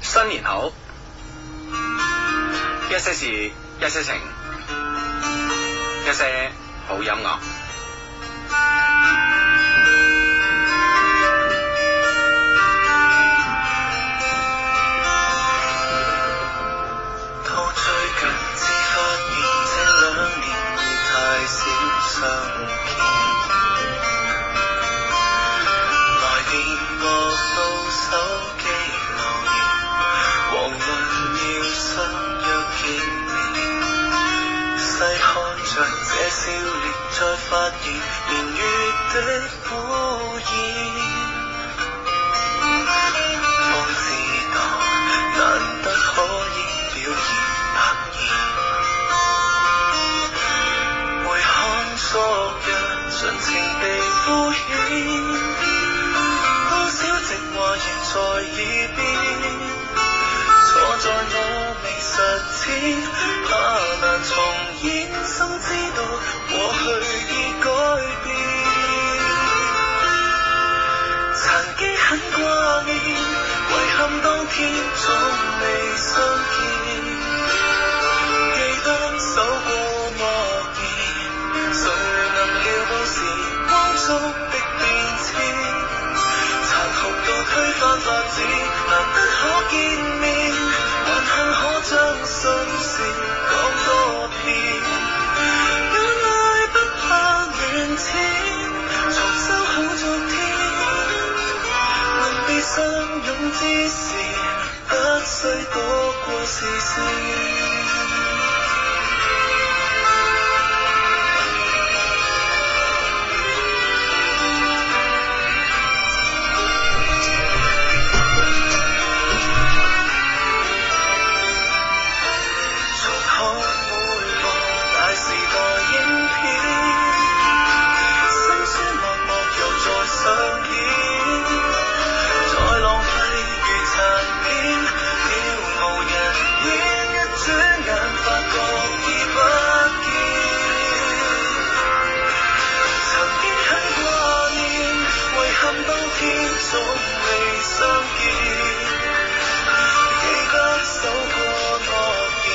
新年好，一些事，一些情，一些好音樂。到最近至發現，這兩年已太少相見。來電落到手機留言，遑論要相約見面。細看着這笑臉，再發現年月的污染。方知道難得可以了然百然，回看昨日盡情地敷衍，多少直話言在耳邊，錯在我未實踐，怕難重演，心知道過去已改變。曾經很掛念，遺憾當天總未相見。記得守過諾言，誰能料到時光中的變遷，殘酷到推翻發展，難得可見面，還幸可將心事講多遍。忍耐不怕亂濺，重修好昨天。能被相擁之時，不需躲過視線。重看每部大時代影片，辛酸落寞又再上演，再浪費如殘片，渺無人煙，一轉眼發覺已不見。曾經很掛念，遺憾當天總未相見。記得守過諾言，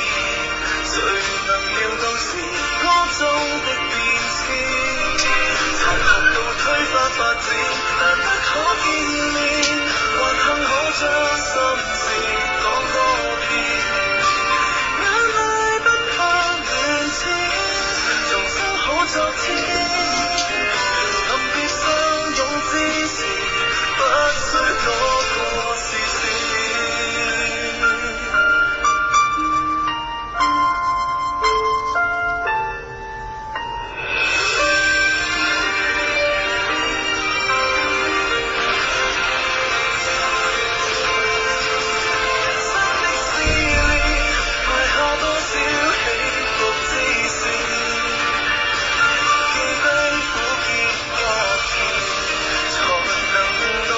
誰能料到時光中的變遷？殘酷到推翻發展，難得可見面，還幸可將心事講多遍。眼淚不怕亂濺，重修好昨天。臨別相擁之時，不需躲過視線。生的思念，埋下多少起伏之線，記低苦澀一片，才能悟到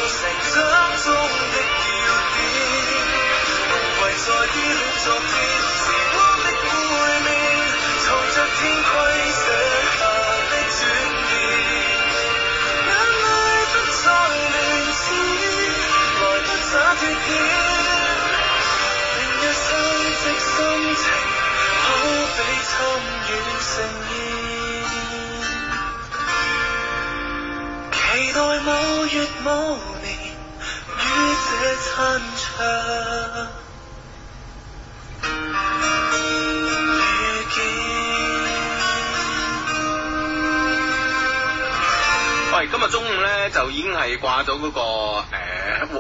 成長中的要點。唯在依戀昨天，時光的背面，藏着天規寫下的轉變。眼淚不再亂濺，來得灑脱點。令一生的心情，好比參與盛宴。期待某月某年，於這餐桌遇見。喂，今日中午咧就已經係掛咗嗰個誒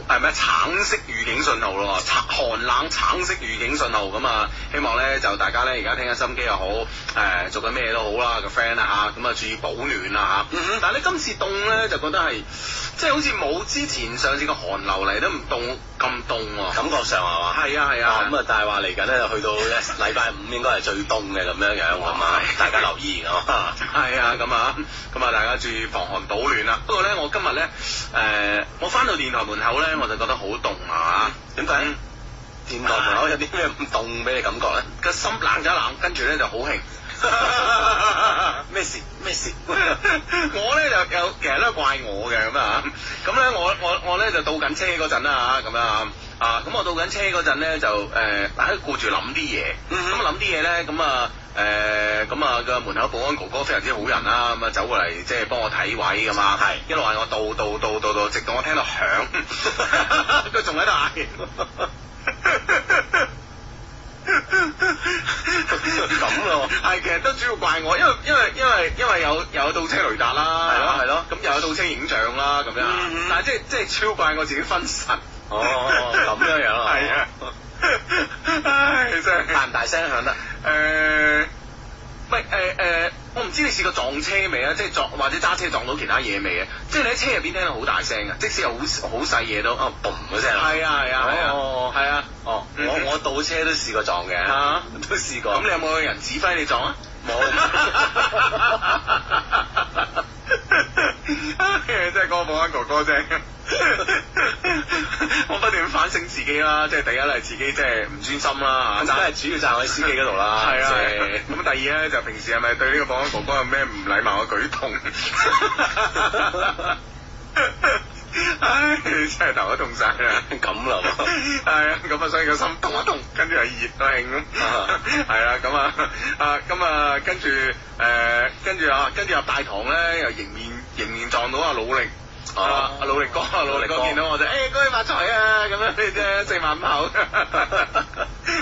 係咩橙色預警信號咯，橙寒冷橙色預警信號咁啊，希望咧就大家咧而家聽緊心機又好，誒、做緊咩都好啦，個 friend 啊嚇，咁啊注意保暖啊啦嚇。但係咧今次凍咧就覺得係即係好似冇之前上次個寒流嚟都唔凍咁凍喎。感覺上係嘛？係啊係啊，咁啊，但係話嚟緊咧，去到咧禮拜五應該係最凍嘅咁樣樣，咁啊，大家留意啊！哦係啊，咁啊，咁啊，大家注意防寒保暖啦。不過咧，我今日咧，誒、我翻到電台門口咧，我就覺得好凍啊！點解？店堂門口有啲咩唔凍俾你感覺咧？個心冷咗一冷，跟住咧就好 興。 咩事？咩事？我咧就有，其實都係怪我嘅咁啊。咁咧我我我咧就到緊車嗰陣啦嚇，咁樣啊啊咁我到緊車嗰陣咧就誒喺度顧住諗啲嘢，嗯咁諗啲嘢咧咁啊誒咁啊個門口保安哥哥非常之好人啦，咁啊走過嚟即係幫我睇位咁啊，係一路嗌我到到到到到，直到我聽到 響，佢仲喺度嗌。咁咯 係其實都主要怪我，因為因為因為因為有有倒車雷達啦，係咯係咯咁又有倒車影像啦咁樣嗯嗯，但係即係即係超怪我自己分神。哦咁樣樣 啊係啊，唉真係大唔大聲響得？誒，唔係誒誒，我唔知你試過撞車未啊？即係撞或者揸車撞到其他嘢未啊？即係你喺車入邊聽到好大聲嘅，即使有好好細嘢都，哦，嘣嗰聲啊係啊係啊係啊哦係啊，哦，嗯我我倒車都試過撞嘅啊，都試過。咁你有冇人指揮你撞啊？冇 唉真係嗰個保安哥哥啫。我不斷反省自己啦，即係第一係自己即係唔專心啦，咁真梗係主要站喺司機嗰度啦。係啊即係，咁第二咧就平時係咪對呢個保安哥哥有咩唔禮貌嘅舉動？唉，真係頭都痛晒啦！咁啦喎係啊，咁啊，所以個心動一動，跟住係熱啦，興咁，係啊，咁啊，啊，咁啊，跟住誒，跟住啊，跟住入大堂咧，又迎面迎面撞到阿努力。哦啊！阿努力哥，阿努力哥努力哥見到我就，誒、恭喜發財啊！咁樣你啫，四萬五口，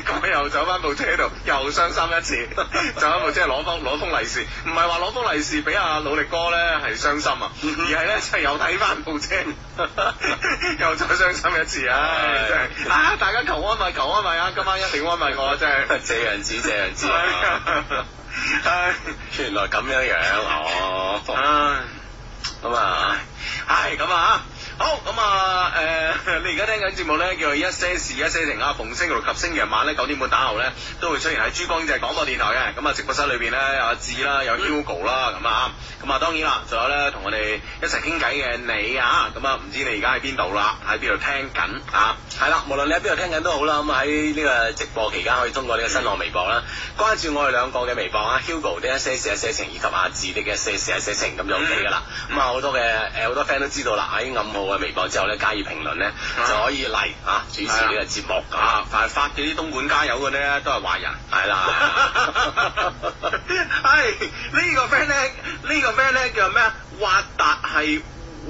咁我又走翻部車度，又傷心一次， 走翻部車攞封攞封利是，唔係話攞封利是俾阿努力哥咧係傷心啊，嗯哼而係咧就係又睇翻部車， 又再傷心一次，唉，真係啊！大家求安慰，求安慰啊！今晚一定安慰我，真 係，這樣子，這樣子。唉，原來咁樣樣，哦，唉。咁啊，係咁啊，好咁啊，誒、 你而家聽緊節目咧，叫做一些事一些情啊，逢星期六及星期日晚咧九點半打後咧，都會出現喺珠江經濟廣播電台嘅。咁啊，直播室裏邊咧有阿志啦，有 Hugo 啦，咁啊，咁啊，當然啦，仲有咧同我哋一齊傾偈嘅你啊，咁啊，唔知你而家喺邊度啦，喺邊度聽緊啊？係啦，無論你喺邊度聽緊都好啦，咁啊喺呢個直播期間可以通過呢個新浪微博啦，關注我哋兩個嘅微博啊，Hugo 的一些事一些情以及阿志的一些事一些情咁就 OK 噶啦。嗯咁啊好多嘅誒好多 friend 都知道啦，喺暗號嘅微博之後咧加以評論咧啊就可以嚟啊主持呢個節目咁啊，但係發嘅啲東莞加油嘅咧都係壞人。係 啦。係呢個 friend 咧，呢個 friend 咧叫咩啊？滑達係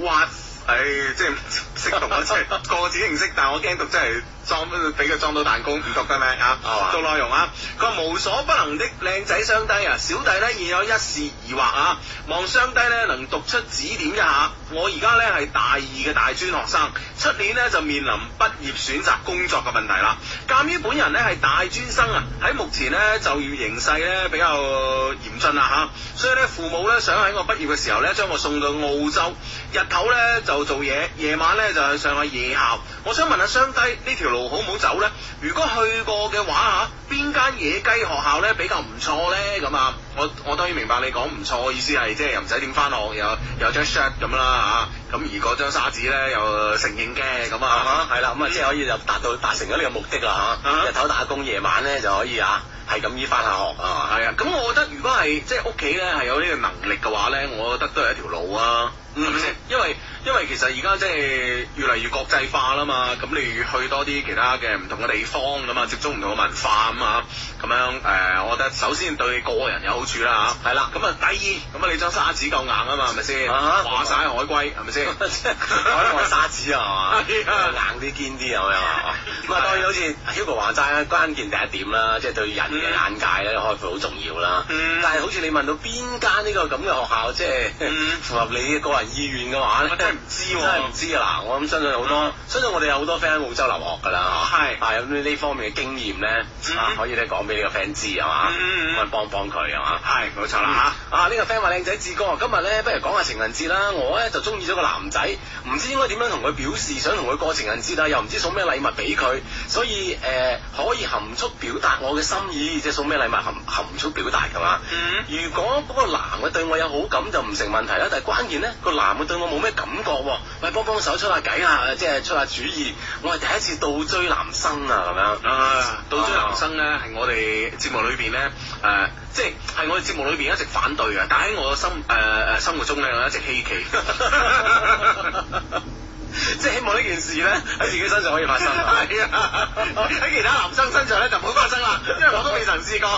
滑。唉，即係唔識讀啊！即係個字認識，但係我驚讀真係裝俾佢裝到彈弓，唔讀得咩啊係嘛？到內容啊，佢話無所不能的靚仔雙低啊，小弟呢現有一事疑惑啊，望雙低呢能讀出指點一下。我而家呢係大二嘅大專學生，出年呢就面臨畢業選擇工作嘅問題啦。鑑於本人呢係大專生啊，喺目前呢就業形勢呢比較嚴峻啦吓，所以呢父母呢想喺我畢業嘅時候呢將我送到澳洲，日頭呢就做嘢，夜晚呢就去上下夜校。我想問下雙低呢條路好唔好走呢？如果去過嘅話嚇，邊間野雞學校咧比較唔錯咧？咁啊，我我當然明白你講唔錯嘅意思係即係又唔使點翻學，又有張 shirt 咁啦嚇，咁而嗰張沙紙咧又承認嘅咁啊啊，係啦，咁啊即係可以就達到達成咗呢個目的啦啊嚇，日頭打工，夜晚咧就可以啊係咁依翻下學啊，係啊，咁我覺得如果係即係屋企咧係有呢個能力嘅話咧，我覺得都係一條路啊，係嗯咪先？因為因為其實而家即係越嚟越國際化啦嘛，咁你去多啲其他嘅唔同嘅地方咁啊，接觸唔同嘅文化咁啊，咁樣誒、我覺得首先對個人有好處啦嚇。係啦，咁啊，第二咁啊，你張沙紙夠硬啊嘛，係咪先？啊話晒海龜係咪先？ 海外沙子啊，係係嘛啊，硬啲堅啲咁樣啊。咁啊，當然好似 Hugo 話齋啦，關鍵第一點啦，即係對人嘅眼界咧開闊好重要啦。嗯但係好似你問到邊間呢個咁嘅學校，即係嗯 符合你嘅個人意願嘅話咧，我真係唔知喎真係唔知啊！嗱，我諗相信好多嗯，相信我哋有好多 friend 喺澳洲留學㗎啦，係係咁呢方面嘅經驗咧，嗯啊可以咧講俾呢個 friend 知係嘛，嗯嗯咁啊幫幫佢係嘛。係冇錯啦嚇。啊！呢、個 friend 話靚仔志哥，啊今日咧不如講下情人節啦。我咧就中意咗個男仔，唔知應該點樣同佢表示，想同佢過情人節啊，又唔知送咩禮物俾佢，所以誒、呃可以含蓄表達我嘅心意，即係送咩禮物含含蓄表達㗎嘛。嗯如果嗰個男嘅對我有好感就唔成問題啦，但係關鍵咧個男嘅對我冇咩感覺喎，喂幫幫手出下計啊，即係出下主意，我係第一次倒追男生啊咁樣。啊，到追男生咧，係我哋節目裏邊咧，誒、啊即係係我哋節目裏邊一直反對嘅，但喺我心誒誒、呃心目中咧，我一直希 奇。即係希望呢件事咧喺自己身上可以發生。係啊，喺其他男生身上咧就唔好發生啦，因為我都未曾試過。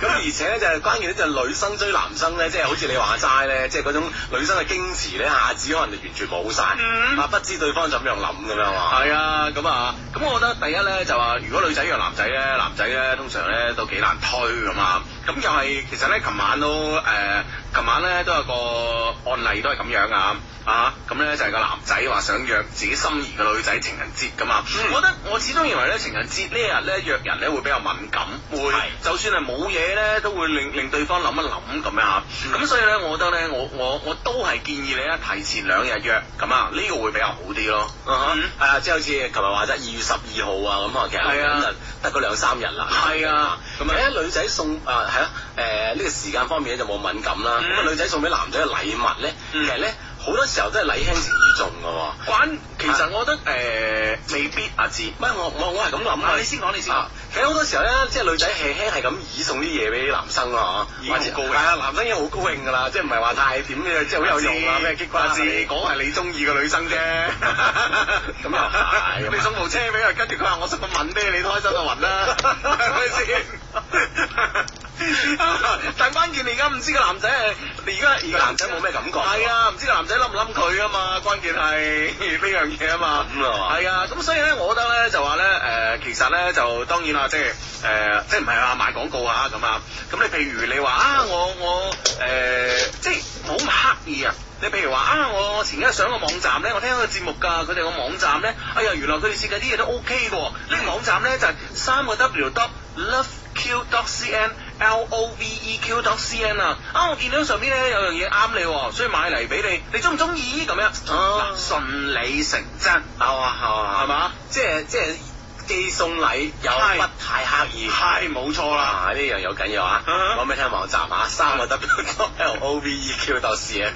咁而且咧就係關鍵咧就係女生追男生咧，即係好似你話齋咧，即係嗰種女生嘅矜持咧，一下子可能就完全冇晒，嗯啊不知對方怎樣諗咁樣啊。係啊，咁啊，咁我覺得第一咧就話，如果女仔約男仔咧，男仔咧通常咧都幾難推咁啊。咁又係其實咧，琴晚都誒，呃琴、晚咧都有個案例都係咁樣啊。啊，咁咧就係個男仔話想約自己心儀嘅女仔情人節噶嘛。嗯我覺得我始終認為咧，情人節呢日咧約人咧會比較敏感，會係就算係冇嘢咧，都會令令對方諗一諗咁樣啊。嗯咁、所以咧，我覺得咧，我我我都係建議你咧提前兩日約咁啊，呢、個會比較好啲咯。啊嗯哈，係啊，即係好似琴日話齋二月十二號啊，咁啊，其實係啊嚟緊就得嗰兩三日啦。係啊咁咁啊啊，女仔送啊係啊，誒呢個時間方面咧就冇敏感啦。嗯咁啊，女仔送俾男仔嘅禮物咧，其嗯實咧好多時候都係禮輕情意重㗎喎。關，其實我覺得誒、呃未必阿志。唔係我我我係咁諗啊啊，你先講你先講啊其實好多時候咧，即係女仔輕輕係咁以送啲嘢俾男生咯，已經好高興係啊，男生已經好高興㗎啦，即係唔係話太點嘅，即係好有用啊咩激光阿之志類嗰係你中意嘅女生 啫。咁 又係你送部車俾佢，跟住佢話我送個吻俾你，你都開心到暈啦，係咪先？ 但關鍵你而家唔知個男仔係，你而家而個男仔冇咩感覺係啊，唔知個男仔冧唔冧佢啊嘛，關鍵係 呢樣嘢啊嘛。咁啊係啊，咁所以咧，我覺得咧就話咧，誒、其實咧就當然啦，即係誒、即係唔係話賣廣告啊咁啊，咁你譬如你話啊，我我誒、即係冇咁刻意啊。你譬如話啊，我我前幾日上個網站咧，我聽一個節目㗎，佢哋個網站咧，哎呀，原來佢哋設計啲嘢都 OK 嘅喎。呢、個網站咧就係、三個 W dot loveq dot cn l o v e q dot cn 啊。啊，我見到上邊咧有樣嘢啱你喎，所以買嚟俾你，你中唔中意咁樣？哦嗱順理成真。係嘛係嘛係嘛？即係即係既送禮又係不太刻意。係冇錯啦。啊！呢樣有緊要啊！嗯哼講俾你聽網站啊，三個 W L O V E Q 到 C 啊！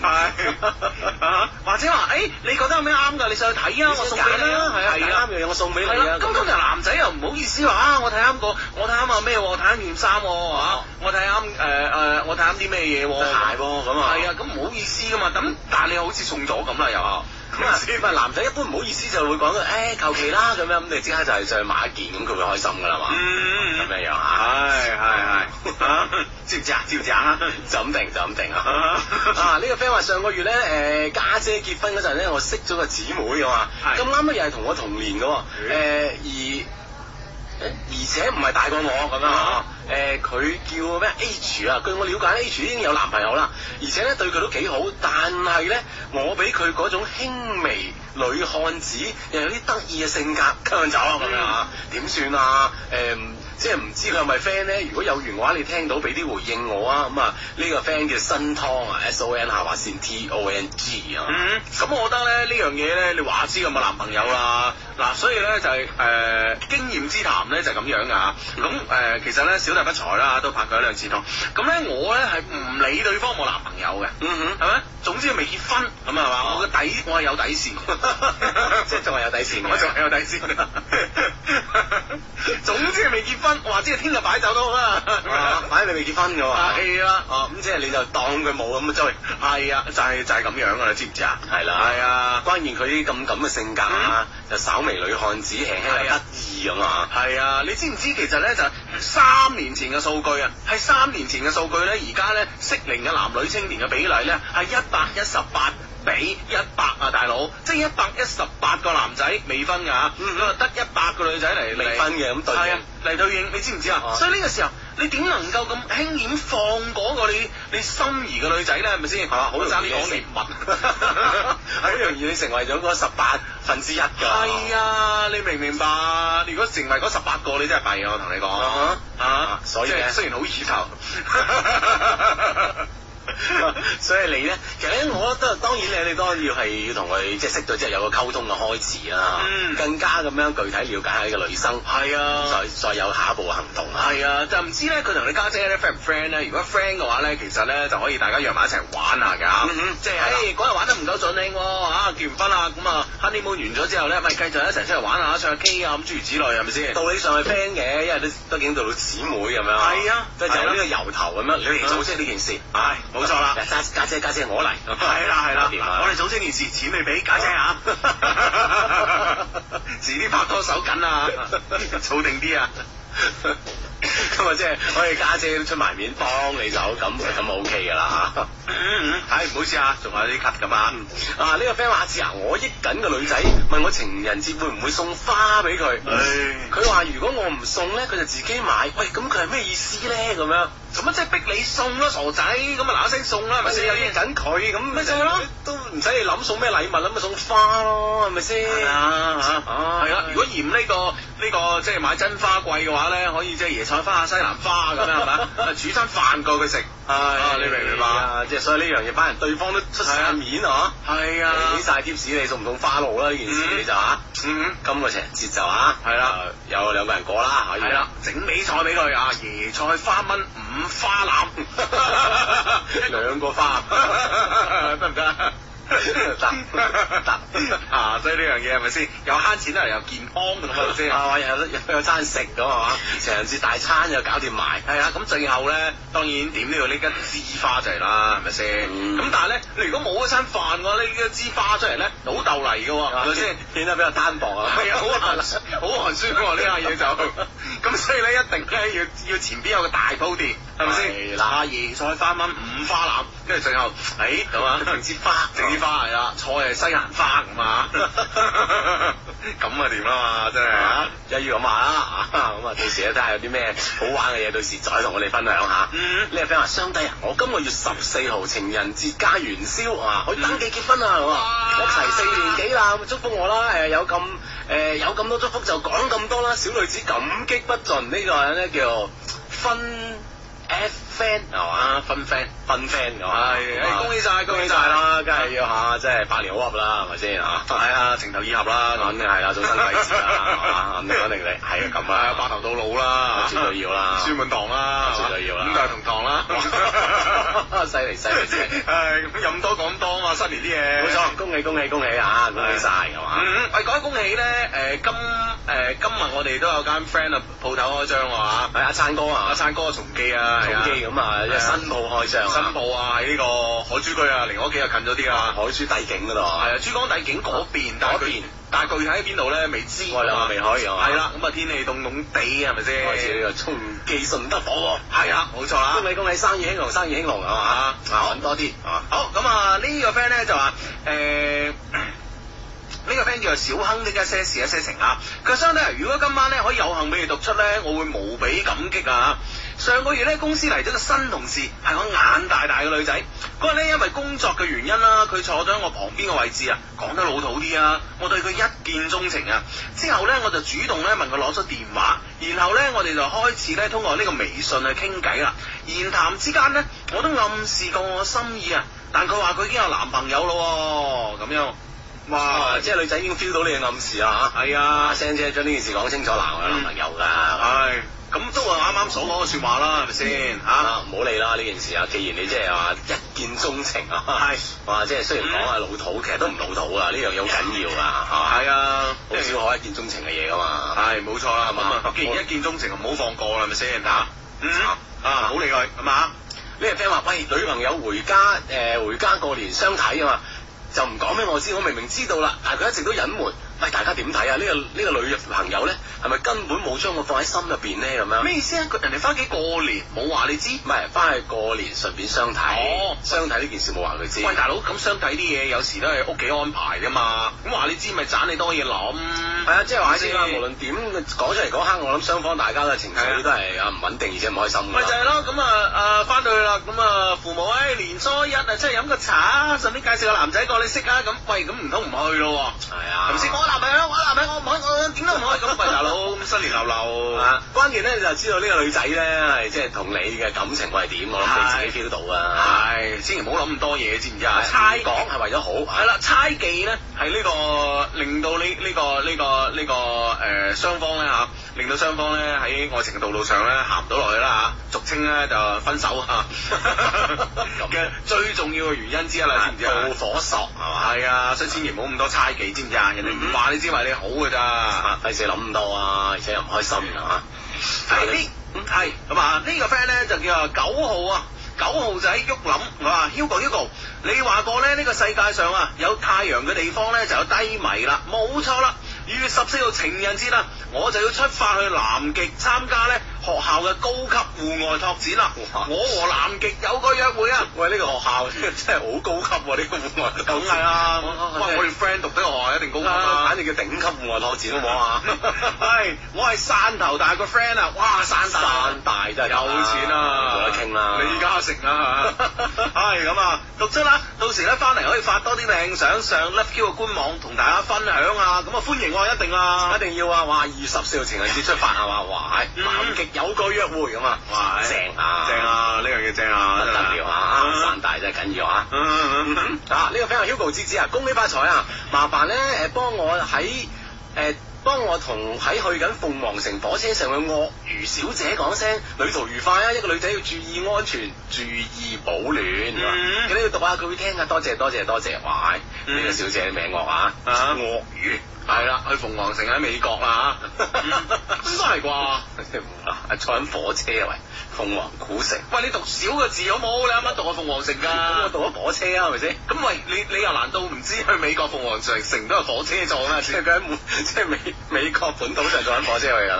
啊或者話，誒、你覺得有咩啱㗎？你上去睇啊，我送俾你啊，係啊，係啱樣嘢我送俾你係啦啊！，咁通常男仔又唔好意思話啊，我睇啱個，我睇啱啊咩喎，我睇啱件衫喎啊我睇啱呃誒誒，我睇啱啲咩嘢喎，鞋喎咁啊係啊，咁唔好意思噶嘛，咁但係你好似送咗咁啦又，咁咁啊啊，唔係男仔一般唔好意思就會講誒求其啦咁樣，咁你即刻就係上去買一件，咁佢會開心㗎啦嘛。嗯咁樣樣啊，係係係， 啊知唔知啊？知唔知 啊？就咁定就咁 定啊！啊啊！呢、個 friend 話上個月咧，誒、家姐結婚嗰陣咧，我識咗個姊妹嘅嘛，係嗯咁啱咧又係同我同年嘅喎，誒、咦而誒而且唔係大過我咁樣啊啊誒佢叫咩 H 啊？據我了解 H 已經有男朋友啦，而且咧對佢都幾好，但係咧我俾佢嗰種輕微女漢子又有啲得意嘅性格吸引咗咁樣啊，點算啊？誒、唔即係唔知佢係咪 friend 咧？如果有緣嘅話，你聽到俾啲回應我啊！咁啊，呢個 friend 叫新湯啊，S O N 下劃線 T O N G 啊，嗯，咁我覺得咧呢樣嘢咧，你話知有冇男朋友啦？嗱，所以咧就係、誒、經驗之談咧就係咁樣噶。咁誒、其實咧小弟不才啦，都拍過一兩次拖。咁咧我咧係唔理對方有冇男朋友嘅，嗯哼哦係咪？總之未結婚咁係嘛？我嘅底我係有底線，即係仲係有底線嘅我仲係有底線。 總之未結婚，我話知聽日擺酒都好啦。啊反正你未結婚嘅喎。係啦。哦，咁即係你就當佢冇咁追，係啊，就係、就係、咁樣噶啦，嗯知唔知啊？係啦係啊，關鍵佢啲咁咁嘅性格啊，就稍微女漢子，輕輕有得意咁啊。係啊，你知唔知其實咧就三年前嘅數據啊，係三年前嘅數據咧，而家咧適齡嘅男女青年嘅比例咧係一百一十八。比一百啊，大佬，即係一百一十八個男仔未婚㗎嚇，嗯咁啊得一百個女仔嚟未婚嘅咁對應係啊嚟對應，你知唔知啊啊？所以呢個時候你點能夠咁輕易放過個你你心儀嘅女仔咧？係咪先？係啊好容易爭啲講食獵物， 好容易你成為咗嗰十八分之一㗎。係啊，你明唔明白？如果成為嗰十八個，你真係弊啊！我同你啊講啊，所以即係呢雖然好意頭， 所以你咧其實咧，我覺得當然你你當然要係要同佢即係識咗之後有個溝通嘅開始啦，嗯更加咁樣具體了解下呢個女生，係啊再。再有下一步嘅行動啦。係啊，就唔知咧佢同你家姐咧 friend 唔 friend 咧？如果 friend 嘅話咧，其實咧就可以大家約埋一齊玩下㗎。嗯哼即係係啦誒嗰日玩得唔夠盡興喎，啊結完婚啦，咁啊 honeymoon 完咗之後咧，咪繼續一齊出嚟玩下唱下 K 啊咁諸如此類係咪先？道理上係 friend 嘅，因為都畢竟到到姊妹咁樣，係啊即係係由啊呢個由頭咁樣，你嚟組織呢件事，唉，冇錯啦。家家姐家姐我嚟，啊係啦係啦搞掂，啦我哋組織件事，錢你俾家姐 啊，遲啲拍拖手 緊啊，儲定啲啊。咁啊，即係可以家姐都出埋面幫你手，咁咁啊 OK 噶啦嚇。嗯，唉，唔好意思啊，仲有啲咳咁啊。啊！呢、個 friend 話：志啊，我益緊個女仔問我情人節會唔會送花俾佢？唉佢話如果我唔送咧，佢就自己買。喂，咁佢係咩意思咧？咁樣做乜即係逼你送咯，傻仔，咁啊嗱一聲送啦，係咪咪先？先有有啲益緊佢，咁咪就係咯，都唔使你諗送咩禮物啦，咪送花咯，係咪先？係啊嚇，啊係啦。如果嫌呢個呢個即係買真花貴嘅話咧，可以即係椰菜花、西蘭花咁樣係咪 啊？煮餐飯過佢食，係啊你明唔明白啊？即係所以呢樣嘢，反而對方都出係啊晒面啊！係俾晒貼士你送唔送花路啦？呢件事嗯你就嚇，嗯。今個情人節就嚇，係啦就有兩個人過啦，可以係啦，整美菜俾佢啊！椰菜花炆五花腩， 兩個花得唔得？ 啊！所以呢樣嘢係咪先？又慳錢啦，又健康咁 係咪先？啊，又有又有餐食咁啊嘛，情人節大餐又搞掂埋，係啊，咁最後咧，當然點都要拎一枝花出嚟啦，係咪先？嗯咁、但係咧，你如果冇一餐飯嘅話，拎一枝花出嚟咧，好豆嚟嘅喎，係咪先？顯得比較單薄啊。 係啊，好寒酸好寒酸喎呢下嘢就，咁所以咧一定咧要要前邊有個大鋪墊，係咪先？係啦嗱，椰菜花炆五花腩，跟住最後，誒咁啊，整支花，整支花係啦，菜係西蘭花 咁啊，咁啊點啊嘛，真係啊！一於咁話啦，啊咁啊到時咧睇下有啲咩好玩嘅嘢，到時再同我哋分享下。嗯呢個 friend 話相低啊，我今個月十四號情人節加元宵啊，可以登記結婚啊，咁啊哇一齊四年幾啦，咁祝福我啦，誒有咁誒有咁多祝福就講咁多啦，小女子感激不盡，呢個人咧叫分 F friend 係嘛？分 friend 分 friend 咁啊係，咁啊誒恭喜晒，恭恭喜喜晒晒啦！啦，梗係要嚇，即係百年好合啦，係咪先啊？係啊，情投意合啦，肯定係啦，早生貴子啦，肯定肯定你係啊咁係啊啊，，白頭到老啦，絕對要啦孫滿堂啦，絕對要啦啊五代同堂啦。 犀利犀利犀利，係咁飲多講多啊嘛，新年啲嘢。冇錯，恭喜恭喜恭喜啊，恭喜晒係嘛，嗯，喂，講起恭喜咧，誒今誒今日我哋都有間 friend 啊鋪頭開張啊，係阿燦哥阿啊，燦哥重記啊，係啊手機咁啊，係啊新鋪開張啊，新鋪啊，喺呢個海珠區啊，離我屋企又近咗啲啊海。珠帝景嗰度啊，係啊，珠江帝景嗰邊，但係哦嗰佢邊但係具體喺邊度咧未知，我哋兩個未開啊係啦，咁啊天氣凍凍地係咪先？開始呢個重記順德火係啊，冇錯啦鍋，。恭喜恭喜生意興隆生意興隆係嘛，啊揾多啲啊，好，咁啊呢個 friend 咧就話誒。呢呃個 friend 叫做小亨的一些事一些情啊，佢話相咧，如果今晚咧可以有幸俾你讀出咧，我會無比感激啊！上個月咧公司嚟咗個新同事，係我眼大大嘅女仔。嗰日咧因為工作嘅原因啦，佢坐咗喺我旁邊嘅位置啊，講得老土啲啊，我對佢一見鍾情啊。之後咧我就主動咧問佢攞咗電話，然後咧我哋就開始咧通過呢個微信去傾偈啦。言談之間咧，我都暗示過我心意啊，但佢話佢已經有男朋友咯喎，咁樣。哇！啊即係女仔已經 feel 到你嘅暗示啦嚇，係阿啊，聲姐將呢件事講清楚嗱，我有男朋友㗎。係咁都係啱啱所講嘅説話啦，係咪先嚇？啊，唔好理啦呢件事啊！既然你即係話一見鍾情啊，係哇！即係雖然講啊老土，其實都唔老土啊，呢樣嘢好緊要啊，係嘛？係啊，好少可一見鍾情嘅嘢噶嘛。係冇錯啦，咁啊啊，既然一見鍾情，唔好放過啦，係咪先嚇？嗯啊啊，唔好理佢咁啊，呢個 friend 話：喂，女朋友回家誒、回家過年相睇啊嘛，就唔講俾我知，我明明知道啦，但係佢一直都隱瞞。喂，大家點睇啊？呢、個呢、個女朋友咧，係咪根本冇將我放喺心入邊咧？咁樣咩意思啊？佢人哋翻屋企過年冇話你知，唔係翻去過年順便相睇，哦相睇呢件事冇話佢知。喂大佬，咁相睇啲嘢有時都係屋企安排噶嘛，咁話你知咪盞你多嘢諗，係啊，即係話喺呢係咪個先無論點講出嚟嗰刻，我諗雙方大家嘅情緒都係啊唔穩定，而且唔開心㗎咪就係咯，咁啊誒翻到去啦，咁啊父母誒年初一啊，出去飲個茶，順便介紹個男仔過你識啊，咁喂咁唔通唔去咯喎？係啊，頭先我男朋友，我男朋友，我唔可以，我點都唔可以咁喂大佬，咁新亂流流啊，關鍵咧就知道呢個女仔咧係即係同你嘅感情係點，我諗你自己 feel 到啊。係，千祈唔好諗咁多嘢，知唔知啊？猜唔講係為咗好，係啦，猜忌咧係呢個令到呢呢個呢個呢個誒雙方咧嚇，令到雙方咧喺愛情嘅道路上咧行唔到落去啦嚇，俗稱咧就分手 嚇嘅最重要嘅原因之一啦，知唔知啊？導火索係嘛？係啊，所以千祈唔好咁多猜忌，知唔知啊？人哋唔話你知為你好㗎咋。啊，費事諗咁多啊，而且又唔開心啊。係呢，嗯係咁啊，呢個 friend 咧就叫啊九號啊。九號仔喐諗，我話 Hugo Hugo，你話過咧呢個世界上啊有太陽嘅地方咧就有低迷啦，冇錯啦。二月十四號情人節啦，我就要出發去南極參加咧學校嘅高級戶外拓展啦。哇我和南極有個約會啊！喂，呢個學校 真係好高級喎，呢個戶外梗係啦，啊哇喂，我哋 friend 讀呢個學校一定高級啦，啊簡直叫頂級戶外拓展好唔 好啊？係，我係汕頭大個 friend 啊，哇，汕大，山大真係有錢啊，冇得傾啦。李嘉誠 啊，係咁啊，讀出啦，到時咧翻嚟可以發多啲靚相上 Love Q 嘅官網同大家分享啊，咁啊歡迎我一定啊，一定要啊！哇，二十四號情人節出發係嘛？哇，嗯南極有個約會咁啊！哇正啊，正，啊，呢樣嘢正啊，不真係得了啊！山大真係緊要啊！嗯嗯嗯嗯啊，呢個 friend 係 Hugo 芝芝啊，恭喜發財啊！麻煩咧誒幫我喺誒。幫呃我同喺去緊鳳凰城火車上嘅鱷魚小姐講聲旅途愉快啊！一個女仔要注意安全，注意保暖。嗯咁你要讀下佢會聽啊！多謝多謝多謝！哇，呢個嗯小姐名樂啊，啊鱷魚係啦，去鳳凰城喺美國啦， 應該係 啩。啊坐緊火車啊喂，鳳凰古城。喂，你讀少個字好冇？你啱啱讀過鳳凰城咁我㗎。讀咗火車啊，係咪先？咁喂，你你又難道唔知去美國鳳凰城城都係火車撞 啦？即係佢喺美，即係美美國本土上坐緊火車去緊哦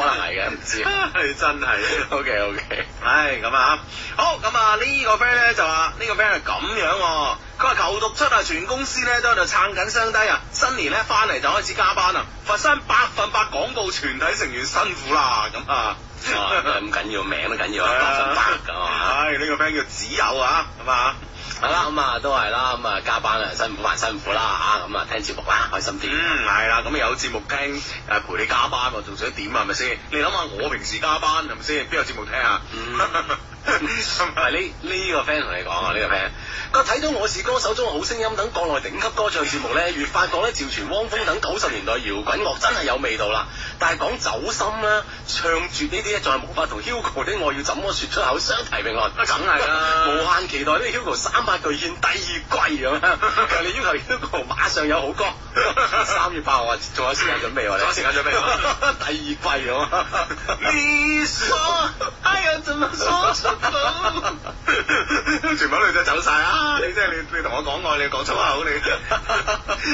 啦，嗬可能係嘅，唔知。 係真係。 O K O K，啊唉，咁啊，好咁啊，呢個 friend 咧就話呢個 friend 係咁樣喎，佢話求讀出啊，全公司咧都喺度撐緊雙低啊，新年咧翻嚟就開始加班啊，佛山百分百廣告全體成員辛苦啦，咁啊。咁緊要名都緊 要，係啊百分百啊㗎嘛。唉，呢個 friend 叫子友啊，咁啊，係啦，咁啊都係啦，咁啊加班啊辛苦還辛苦啦啊，咁啊聽節目啊開心啲。嗯，係啦，咁有節目聽誒陪你加班喎，仲想點啊？係咪先？你諗下我平時加班係咪先？邊有節目聽啊？嗯 係呢呢個 friend 同你講啊，呢個 friend，佢睇到《我是歌手》中嘅好聲音等國內頂級歌唱節目咧，越發覺咧趙傳、汪峰等九十年代搖滾樂真係有味道啦。但係講走心啦、唱絕呢啲咧，再無法同 Hugo 的我要怎麼説出口相提並論。梗係啦 無限期待呢個 Hugo 三百巨獻第二季 咁啊！強烈要求 Hugo 馬上有好歌。 三月八號啊，仲有時間準備喎，你仲有時間準備 第二季咁 啊！ 你說愛要怎麼說出口？全部女仔走晒啊！你真係你你同我講愛，你講粗口你。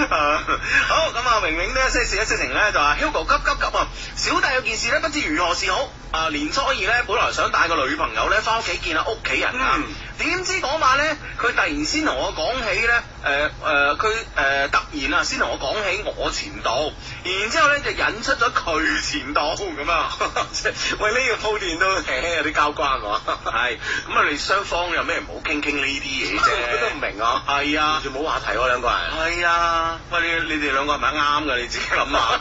啊好咁啊，明明呢一些事一些情咧就話 Hugo 急急急啊！小弟有件事咧不知如何是好。啊，年初二咧本來想帶個女朋友咧翻屋企見下屋企人啊。嗯點知嗰晚咧，佢突然先同我講起咧，誒、誒，佢、誒、突然啊，先同我講起我前度，然之後咧就引出咗佢前度咁啊， 喂，呢個鋪墊都輕輕有啲交關喎。 係咁啊，你雙方有咩唔好傾傾呢啲嘢 啫？都唔明啊，係啊完。全冇話題喎，兩個人。係啊，喂你你哋兩個係咪啱噶？你自己 諗下。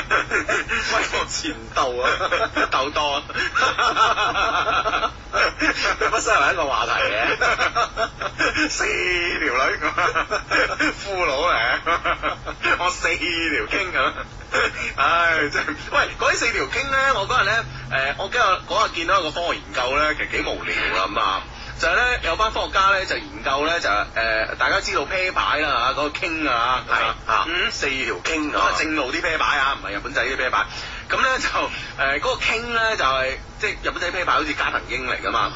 喂我前度啊 鬥多。不失為一個話題嘅， 四條女咁啊，俘佬嚟，我四條傾咁。唉，真係，喂，嗰啲四條傾咧，我嗰日咧，誒、我今日嗰日見到一個科學研究咧，其實幾無聊啊咁啊。就係咧，有班科學家咧就研究咧就誒、大家知道啤牌啦嚇，嗰、個傾啊，係啊嗯，四條傾咁啊啊，正路啲啤牌啊，唔係日本仔啲啤牌。咁咧就呃誒嗰、個傾咧就係、即係日本仔啤牌好似加藤鷹嚟噶嘛，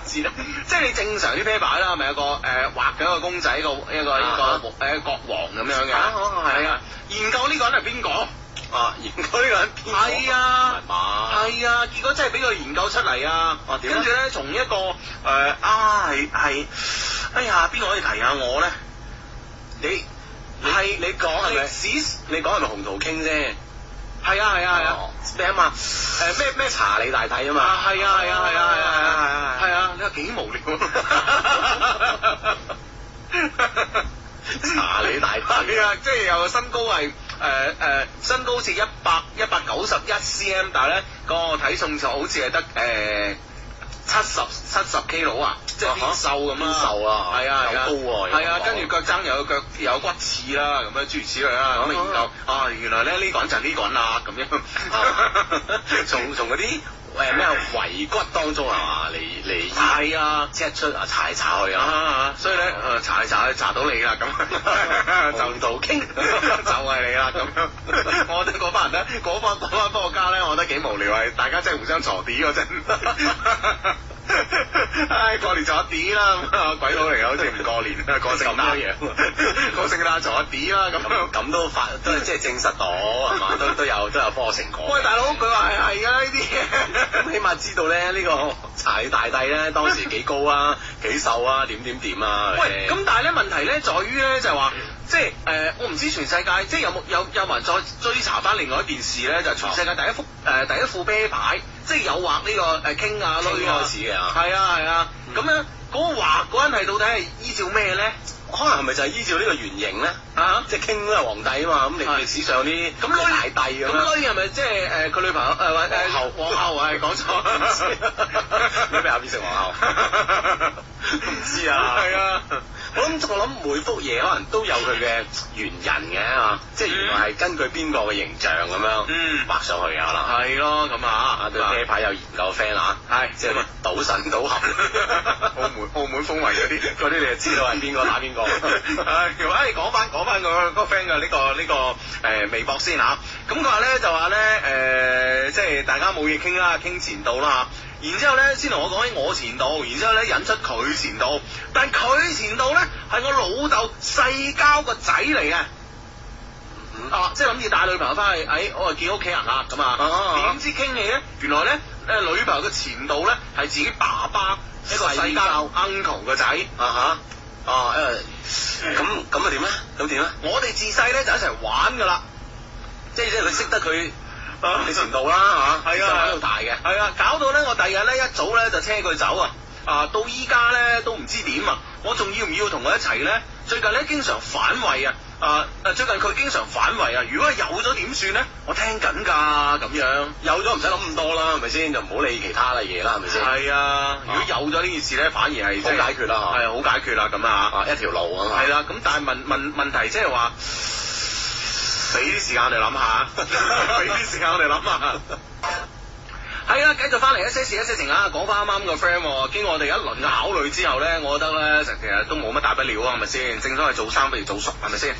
知啦。即係你正常啲啤牌啦，咪有個誒、呃畫嘅一個公仔一個一個一啊個誒、國王咁樣嘅，啊啊係啊。研究呢個人係邊個？啊，研究呢個人邊個係啊係嘛？係啊，結果真係俾佢研究出嚟啊！啊點啊跟住咧，從一個誒、呃啊係係，哎呀邊個可以提下我咧？你係你講係咪歷史？你講係咪紅桃傾啫？係啊係啊係啊！哦咩啊嘛？誒咩咩查理大帝啊嘛？啊，係啊，係啊，係啊，係啊，係啊，係係啊， 啊，你話幾無聊啊？查你大髀係啊，即係有身高係誒誒，身高好似一百一百九十一 cm，但係咧個體重就好似係得誒。七十七十 K 佬啊，即係啊哈變瘦咁啦，變瘦啊係啊，又係啊高喎係又啊高，跟住腳踭又有腳又有骨刺啦，咁樣諸如此類啦，咁啊研哦究啊，原來咧呢個人就係呢個人啦，咁 樣，從從嗰啲誒啊咩遺骨當中係嘛嚟嚟係啊。即出啊查嚟查去啊，啊，所以咧，誒查嚟查去查到你啦，咁就 同道傾 就係你啦，咁 樣。我覺得嗰班人咧，嗰班嗰班科學家咧，我覺得幾無聊啊，大家真係互相鋤啲嗰陣。 唉，過年鋤一啲啦，咁啊鬼佬嚟嘅，好似唔過年啊，過 聖誕咁樣樣過聖誕鋤一啲啦，啊咁樣咁。咁都發都係即係證實到係 嘛，都都有都有科學成果。喂，大佬，佢話係係㗎呢啲嘢。 咁起碼知道咧呢個查理大帝咧當時幾高 啊，幾瘦啊，點點點啊。喂，咁但係咧問題咧，在於咧就係話，即係誒、呃我唔知全世界即係有冇有有冇人再追查翻另外一件事咧，就係、全世哦界第一幅誒、呃第一副啤牌，即係有畫呢、個呃誒傾啊傾女啊，開始嘅啊係啊係啊，咁樣嗰個畫嗰個人係到底係依照咩咧？可能係咪就係依照呢個原型咧？啊？即係傾都係皇帝啊嘛，咁歷係歷史上啲咁女大帝咁咁樣。女係咪即係誒佢女朋友誒或誒皇后皇后係講錯， 女朋友變成皇后唔知啊，係啊，我諗我諗每幅嘢可能都有佢嘅原人嘅啊，即係原來係根據邊個嘅形象咁樣嗯畫上去嘅啊可能。係咯咁啊，啊，對啤牌有研究嘅 friend 啊，係即係賭神賭俠，澳門澳門風雲嗰啲嗰啲你就知道係邊個打邊 個。唉，如果唉講翻講翻個嗰個 friend 嘅呢個呢個誒微博先嚇，咁佢話咧就話咧誒，即係大家冇嘢傾啦，傾前度啦嚇，然之後咧先同我講起我前度，然之後咧引出佢前度，但佢前度咧係我老豆世交個仔嚟嘅。嗯啊，即係諗住帶女朋友翻去，哎，我係見屋企人啦，咁啊啊，點知傾起咧，原來咧，誒女朋友嘅前度咧係自己爸爸一個世世交交 uncle 嘅仔，啊吓，啊誒，咁咁啊點咧？咁點咧？我哋自細咧就一齊玩噶啦，即係即係佢識得佢啊你前度啦嚇，係就啊，喺度大嘅。係啊，搞到咧我第日咧一早咧就車佢走啊，啊到依家咧都唔知點啊，我仲要唔要同佢一齊咧？最近咧經常反胃啊，啊誒最近佢經常反胃啊，如果有咗點算咧？我聽緊㗎咁樣。有咗唔使諗咁多啦，係咪先？就唔好理其他嘅嘢啦，係咪先？係啊，如果有咗呢件事咧，反而係好解決啦嚇係好解決啦咁啊，啊，一條路啊嘛。係啦，咁但係問問問題即係話，俾啲時間我哋諗 下，俾啲時間我哋諗下。係啦，繼續翻嚟一些事一些情啊！講翻啱啱個 friend，喎經過我哋一輪嘅考慮之後咧，我覺得咧其實都冇乜大不了啊，係咪先？正所謂做生不如做熟，係咪 先？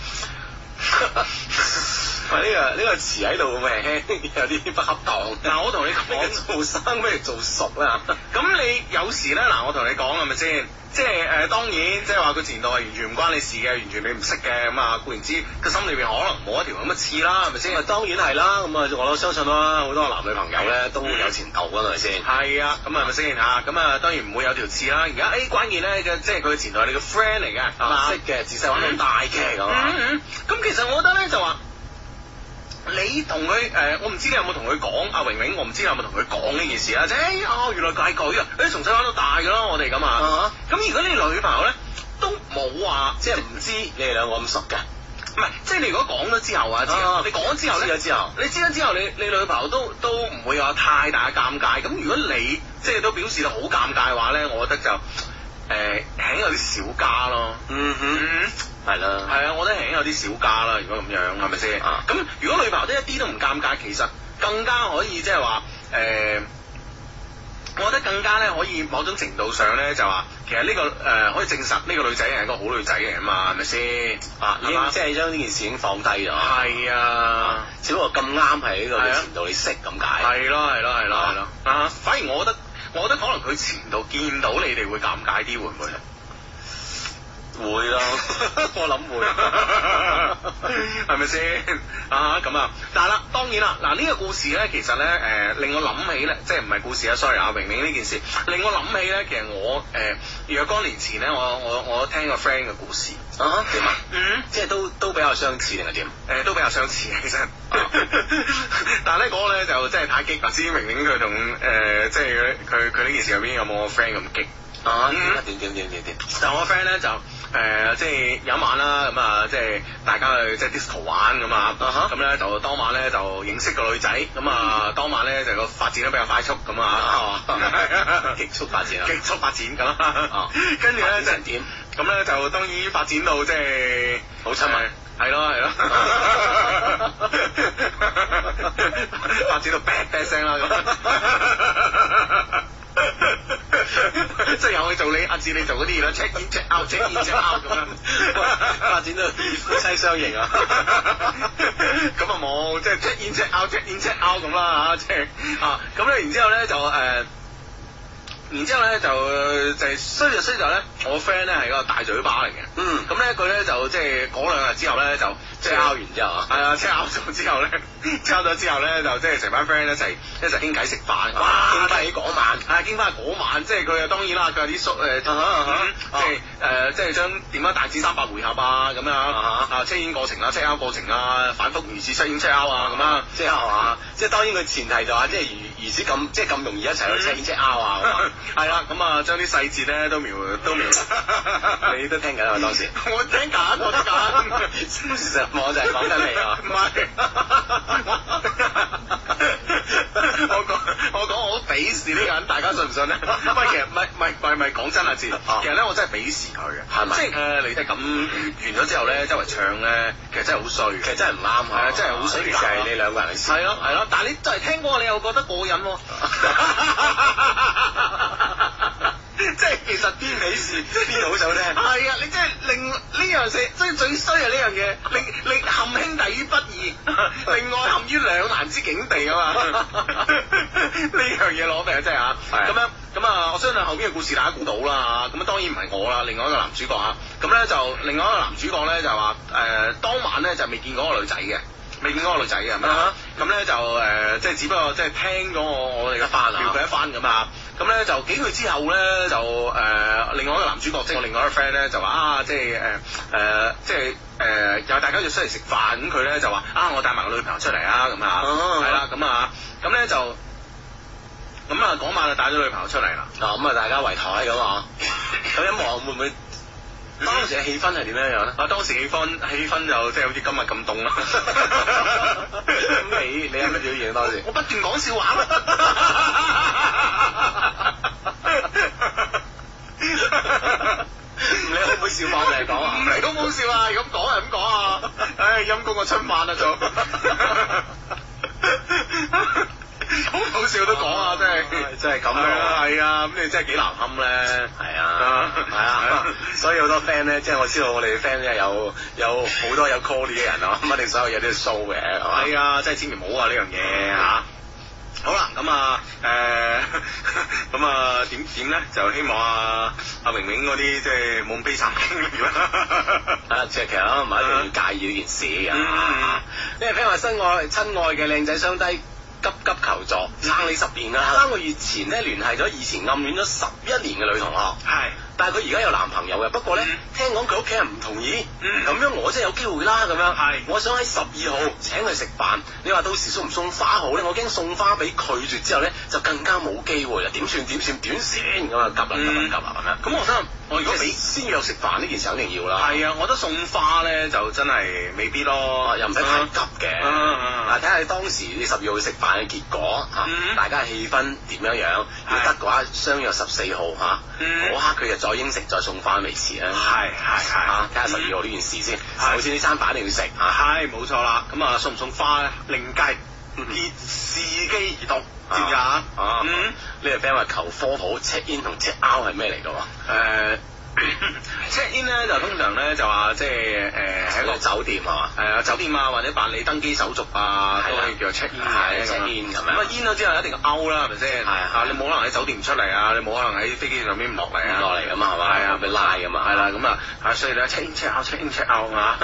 喂，呢個呢個詞 喺度咪有啲不恰當。嗱，我同你咩講。做生咩做熟啊？咁你有時咧，嗱，我同你講係咪先？即係誒、呃，當然即係話佢前度係完全唔關你事嘅，完全你唔識嘅咁啊。固然之，個心裏邊可能冇一條咁嘅刺啦，係咪咁啊先？當然係啦，咁啊我都相信啦，好多男女朋友咧都會有前度㗎，係咪先？係啊，咁係咪先嚇？咁啊，當然唔會有條刺啦。而家誒，關鍵咧嘅，即係佢前度係你嘅 friend 嚟嘅，係嘛啊，？識嘅，自細玩到大嘅咁嗯啊。嗯，咁其實我覺得咧就話。你同佢誒，我唔知你有冇同佢講，阿榮榮，我唔知你有冇同佢講呢件事啊？即係哦，原來佢係佢啊！誒，從細玩到大㗎啦，我哋咁啊。啊咁如果你女朋友咧都冇話，即係唔知你哋兩個咁熟嘅，唔係，即係你如果講咗之後啊，知啊你講咗之後知咧咗，之後，你知咗之後，你你女朋友都都唔會有太大嘅尷尬。咁如果你即係都表示到好尷尬嘅話咧，我覺得就誒輕有啲小家咯。嗯哼，嗯，係啦，係啊，我覺得輕有啲小家啦。如果咁樣係咪先？啊咁如果女朋友都一啲都唔尷尬，其實更加可以即係話誒。我覺得更加咧，可以某種程度上咧，就話其實呢、個誒、呃可以證實呢個女仔係一個好女仔嚟啊嘛，係咪先？啊已係嘛經即係將呢件事已經放低咗。係啊，只不過咁啱係呢個係你啊前度你識咁解。係咯，係咯，係咯，係咯啊。啊，反而我覺得，我覺得可能佢前度見到你哋會尷尬啲，會唔會咧？會 咯，我諗會。係咪先 啊？咁啊，但係啦，當然啦，嗱呢個故事咧，其實咧，誒、令我諗起咧，即係唔係故事啊？sorry 啊，明明呢件事令我諗起咧，其實我誒、若干年前咧，我我我聽個 friend 嘅故事，啊，點啊？嗯。即係都都比較相似定係點？誒、都比較相似啊 其實，但係咧嗰個咧就真係太激啦！知明明佢同誒即係佢佢佢呢件事入邊有冇我 friend 咁激？啊，點啊嗯點點點點點，但我 friend 咧就誒、呃即係有一晚啦，咁啊，即係大家去即係 disco 玩咁啊，啊哈咁咧就當晚咧就認識個女仔，咁啊當晚咧就個發展得比較快速咁啊， 極速發展啊！極速發展咁啦啊， 跟住咧發展就成點咁咧就當然發展到即係好親密呃。係咯 係咯， 發展到 bad bad 聲啦咁， 即係有去做你阿志你做嗰啲嘢啦，check in check out check in check out 咁樣，發展到夫妻相認啊！ 咁啊冇，即係 check in check out check in check out 咁啦嚇，即係啊咁咧，然之後咧就誒。呃然之後咧就就係衰就衰就咧，我 friend 咧係一個大嘴巴嚟嘅，嗯咁咧佢咧就即係嗰兩日之後咧就即係即係拗完之後啊係啊，即係拗咗之 後咧，拗咗之後咧就即係成班 friend 一齊一齊傾偈食飯，哇傾傾翻起嗰晚係啊傾翻嗰晚，即係佢啊當然啦，佢有啲叔誒，啊哈啊哈嗯即係誒即係將點樣大致三百回合啊咁樣啊啊 check in 過程啊 check out 過程啊反覆如是 check in check out 啊咁啊。即係係嘛？即係當然佢前提就話，即係如如此咁，即係咁容易一齊去 check in check out 啊咁啊！嗯 係啦，咁啊，將啲細節咧都描都 描， 你都聽緊啊當時我聽啊緊，我聽緊。事實我就係講緊你啊！唔係，我講我講我好鄙視呢個人，大家信唔信咧？喂，其實唔係唔係唔係唔係講真啊，志，啊其實咧我真係鄙視佢嘅，係咪即係誒你哋咁完咗之後咧，周圍唱咧，其實真係好衰嘅，其實真係唔啱啊係啊，真係好衰，其實係你兩個人嘅事係咯係咯，但係你就係聽歌，你又覺得過癮 喎。 即係其實邊鄙視邊好想聽係啊，你真係令呢樣嘢，即係最衰啊呢樣嘢，令令陷兄弟於不 義，另外陷於兩難之境地啊嘛。呢樣嘢攞命真係啊！係啊咁樣咁啊，我相信後邊嘅故事大家估到啦嚇咁啊，當然唔係我啦，另外一個男主角啊。咁咧就另外一個男主角咧就話誒、當晚咧就未見過個女仔嘅。未見過個女仔嘅，係咪啊咁咧就誒、即係只不過即係聽咗我我哋嘅翻啊聊佢一番咁啊。咁咧就幾個月之後咧就誒、另外一個男主角即係我另外一個 friend 咧就話啊，即係誒誒，即係誒，又係大家約出嚟食飯，咁佢咧就話啊，我帶埋個女朋友出嚟啊，咁啊，哦係啦，咁啊，咁咧就咁啊，嗰晚就帶咗女朋友出嚟啦。嗱咁啊，大家圍台咁啊，咁一望會唔會當時嘅氣氛係點樣樣咧？啊！當時氣氛氣氛就即係好似今日咁凍啦。 咁你你有乜表現啊當時我不斷講笑話啦。唔理好唔好笑話我哋講啊唔理好唔好笑啊！咁講係咁講啊！唉，陰公個春晚啊，仲好好笑都講啊！真係唉真係咁啊係啊！咁你真係幾難堪咧〜係啊，係啊，所以好多 friend 咧，即係我知道我哋 friend 咧有有好多有 call 嘅人啊，咁一定所有嘢都要 show 嘅，係嘛？係啊，真係千祈唔好啊呢樣嘢嚇。好啦，咁啊，誒、 咁啊，點點咧？就希望啊，阿榮榮嗰啲即係冇咁悲慘經歷啦。 啊，即係其實唔係一定要介意呢件事嗯嗯啊。呢位 friend 話新愛親愛嘅靚仔相低急急求助，撐你十年嗯啦！三個月前咧聯繫咗以前暗戀咗十一年嘅女同學，係，但係佢而家有男朋友嘅，不過咧嗯聽講佢屋企人唔同意，嗯咁樣我真係有機會啦咁樣。係我想喺十二號請佢食飯，你話到時送唔送花好咧？我驚送花俾拒絕之後咧就更加冇機會啦，點算點算短線咁啊，急啦急啦嗯急啦咁樣。咁我想，我如果俾先約食飯呢件事肯定要啦。係啊，我覺得送花咧就真係未必咯，哦，又唔使太急嘅，嗯嗯嗯啊睇下你當時你十二號食飯嘅結果嚇，嗯大家嘅氣氛點樣樣，如果係得嘅話，相約十四號嚇，嗯嗰刻佢就再應承再送翻微遲啦，係係係嗯嚇，睇下十二號呢件事先，係首先呢餐飯一定要食嚇，係冇錯啦。咁啊，送唔送花咧另計，見伺機而動，知唔知啊？嗯啊，嗯呢。個 friend 話求科普 check in 同 check out 係咩嚟㗎喎？誒 check in 咧就通常咧就話即係誒喺喺一個個酒酒店 係嘛？係啊酒店啊或者辦理登機手續啊係都啦可以叫做 check in 係嘅 check in 咁樣咁啊 in 咗之後一定要 out 啦係咪先？係啊啊你冇可能喺酒店唔出嚟啊，你冇可能喺飛機上面唔落嚟啊，唔落嚟㗎嘛係嘛係啊會俾拉㗎嘛係啦咁啊啊所以咧 check in check out check in check out 啊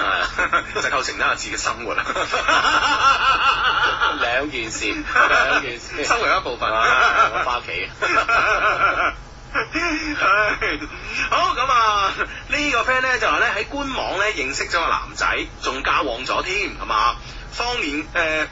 係，就構成咗阿志嘅生 活啦。啊兩件 事，兩件事，生活一部 分啊我翻屋企。 唉好咁啊！呢個 friend 咧就話咧喺官呃網咧認識咗個男仔，仲交往咗添，係嘛？方年誒。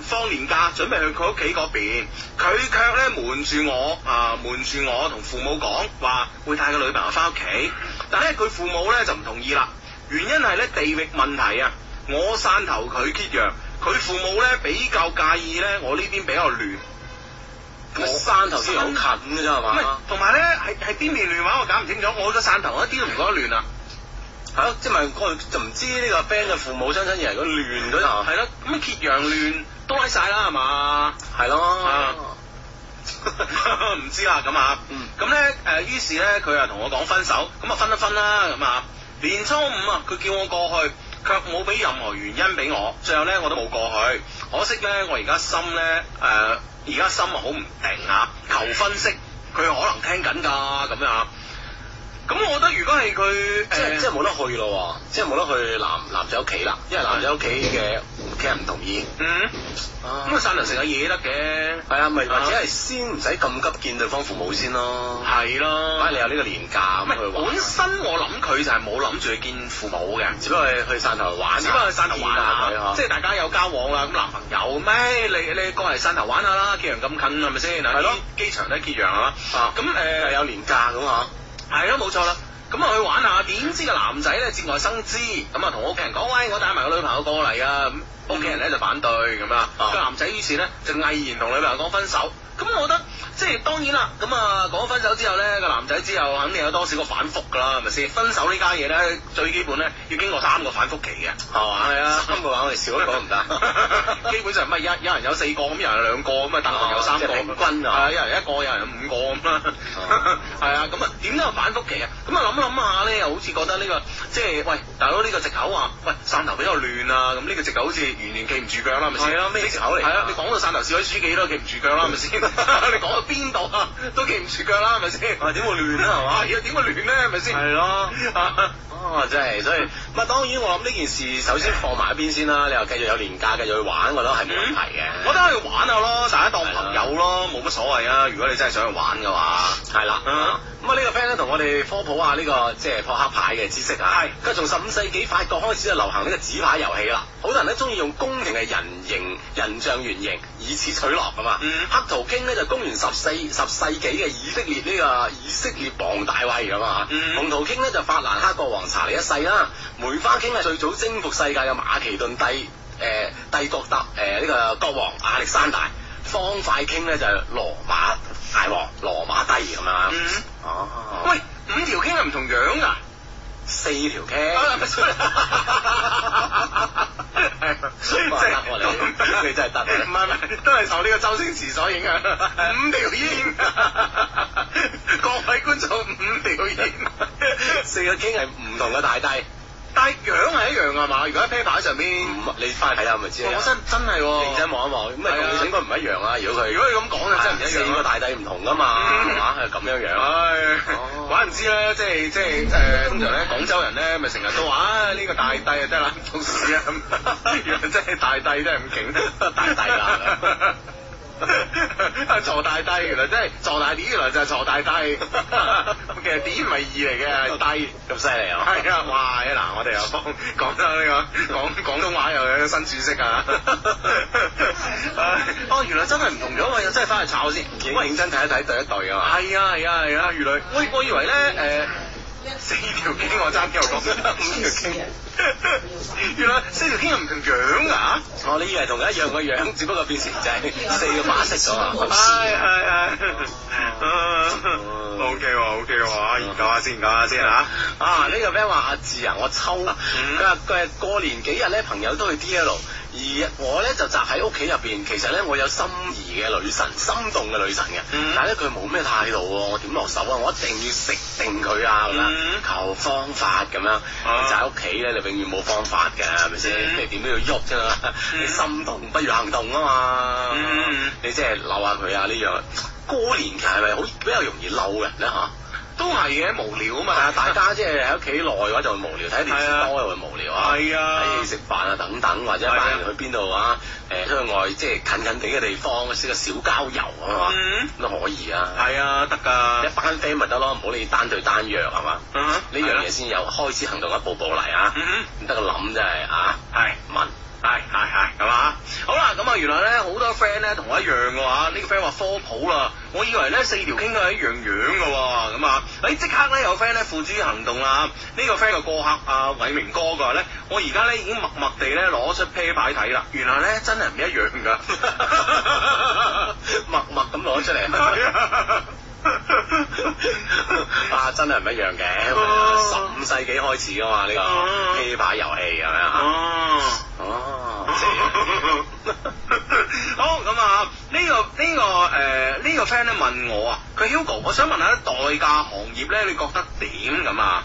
放年假，準備去佢屋企嗰邊，佢卻咧瞞住我啊，瞞住我同父母講話會帶個女朋友翻屋企，但係咧佢父母咧就唔同意啦，原因係咧地域問題啊，我汕頭佢揭陽，佢父母咧比較介意咧我呢邊比較亂。咁山頭先好近嘅啫係唔係嘛？同埋咧係係邊邊亂玩我搞唔清楚，我去咗汕頭我一啲都唔覺得亂啊。係咯，即係咪嗰個就唔知呢個 friend 嘅父母相親而嚟嗰亂嗰頭係咯，咁啊揭陽亂都喺晒啦，係嘛？係 啊咯，唔知啦，咁啊嗯，咁咧誒，於是咧佢又同我講分手，咁啊分一分啦，咁啊，年初五啊，佢叫我過去，卻冇俾任何原因俾我，最後咧我都冇過去，可惜咧我而家心咧誒，而、家心啊好唔定啊，求分析，佢可能聽緊㗎，咁樣啊，咁我覺得如果係啊佢即係誒，即係冇得去咯喎，即係冇得去男男仔屋企啦，因為男仔屋企嘅屋企人唔同意。嗯，咁啊咁汕頭食下嘢得嘅，係啊，咪啊或者係先唔使咁急見對方父母先咯。係咯反正你有呢個年假唔咁去係，玩啊嗯本，身我諗佢就係冇諗住去見父母嘅，只不過係去汕頭玩，只不過去汕頭玩見下佢下，呵即係大家有交往啦，咁男朋友咩？你你過嚟汕頭玩下啦，揭陽咁近係咪先？係咯，機場都係揭陽啊，啊咁誒又有年假咁啊，係咯，冇錯啦。咁啊去玩下，點知個男仔咧節外生枝，咁啊同屋企人講：喂，我帶埋個女朋友過嚟啊！咁屋企人咧就反對咁啊。啊個男仔於是咧就毅然同女朋友講分手。咁我覺得即係當然啦，咁啊講分手之後咧，個男仔之後肯定有多少個反覆㗎啦，係咪先？分手呢家嘢咧，最基本咧要經過三個反覆期嘅。係嘛？係啊。三個玩我哋少一個唔 得 基本上唔係一有人有四個，咁有人有兩個，咁啊大陸有三哦即個，係平均啊係啊，有人一個，有人有五個咁啦啊哦。 係啊，咁啊點都有反覆期啊。咁啊諗諗下咧，又好似覺得呢個即係喂大佬呢個藉口啊，喂汕頭比較亂啊，咁呢個藉口好似完全記唔住腳啦，係咪先？係啊咩藉口嚟㗎係啊，你講到汕頭市委書記都記唔住腳啦，係咪 先？你講到邊度啊都記唔住腳啦，係咪先？啊點會亂啊係 嘛係啊，點會亂咧？係咪先？係咯 啊。哦，真係，所以咁啊，當然我諗呢件事首先放埋一邊先啦。你話繼續有年假，繼續去玩，我覺得係冇問題嘅。嗯我覺得去玩下咯，大家當朋友咯，冇乜所謂啊。如果你真係想去玩嘅話，係啦，咁啊啊呢個 friend 咧同我哋科普下呢個即係撲克牌嘅知識啊。係佢從十五世紀法國開始就流行呢個紙牌遊戲啦。好多人咧中意用宮廷嘅人形、人像、圓形以此取樂噶嘛。嗯黑桃 King 咧就公元十四十世紀嘅以色列呢、個以色列王大衛咁啊。嗯紅桃 King 咧就法蘭克國王查理一世啦。梅花 King 係最早征服世界嘅馬其頓帝誒、帝國特誒呢個國王亞歷山大。方塊 King 咧就係羅馬大王、羅馬帝咁樣啊。嗯哦，喂，五條傾係唔同樣噶。四條 K， 啊，sorry 哇得喎 你，你真係得啊唔係唔係，都係受呢個周星馳所影響。五條煙，各位觀眾，五條煙，四個 K 係唔同嘅大帝，但係樣係一樣㗎嘛？如果喺啤牌上邊，唔你翻去睇下咪知啦。我真真係喎，認 真望一望，咁咪係啊同你應該唔一樣啦。如果佢啊如果你咁講就真係唔一樣啦四個大帝唔同噶嘛，嗯係嘛係咁樣樣。唉哦，怪唔知咧，即係即係誒，通常咧廣州人咧，咪成日都話啊呢個大帝啊真係懶做事啊 咁，原來真係大帝真係咁勁，大帝啊。啊！ 坐大帝原來真係坐大啲，原來就係坐大帝。咁 其實啲唔係二嚟 嘅，係低。咁犀利啊！係啊，哇！嗱，我哋又 幫廣州呢個廣廣東話又有一個新注釋啊！唉 哦，原來真係唔同咗喎，又真係翻去炒先。認真睇一睇對一對啊嘛。係啊係啊係啊，原來喂，我以為咧誒、四條經我爭啲又講五條經，原來四條經又唔同樣啊！哦我呢個係同佢一樣個樣，只不過變成就係四個把式咗啊！係係係，OK 喎 OK 喎，啊研究下先研究下先 嚇。啊！呢、個 friend 話阿志啊，我抽啦。嗯佢話佢係過年幾日咧，朋友都去 D L，而我咧就宅喺屋企入邊。其實咧，我有心儀嘅女神，心動嘅女神嘅，嗯但係咧佢冇咩態度喎，我點落手啊？我一定要食定佢啊咁樣，嗯求方法咁樣。啊你宅喺屋企咧，你永遠冇方法嘅，係咪先？嗯你點都要喐啫嘛。嗯你心動不如行動啊嘛。嗯你即係鬧下佢啊呢樣。過年其實係咪好比較容易嬲人咧嚇？都係嘅，無聊啊嘛，但係大家即係喺屋企耐嘅話就會無聊，睇電視多又會無聊啊，係啊睇嘢食飯啊等等，或者一班人去邊度啊，誒出去外即係近近地嘅地方，識個小郊遊啊嘛，嗯咁都可以啊。係啊，得一㗎。班 friend 咪得咯，唔好你單對單約係嘛，嗯哼呢樣嘢先有開始行動，一步步嚟啊嗯，唔得個諗真係啊，係問 係係係，係嘛？好啦，咁啊，原來咧好多 friend 咧同我一樣嘅話，呢、個 friend 話科普啦，我以為咧四條傾都係一樣樣嘅喎，咁啊，誒即刻咧有 friend 咧付諸行動啦，呢、個 friend 嘅過客阿偉明哥佢話咧，我而家咧已經默默地咧攞出啤牌睇啦，原來咧真係唔一樣 㗎，默默咁攞出嚟。 啊，真係唔一樣嘅，啊十五世紀開始噶嘛呢嗯個啤牌遊戲咁樣啊哦。哦，這樣 好咁啊！呢、個呢、個誒呢、個 friend 咧問我啊，佢 Hugo，我想問下代價行業咧，你覺得點咁啊？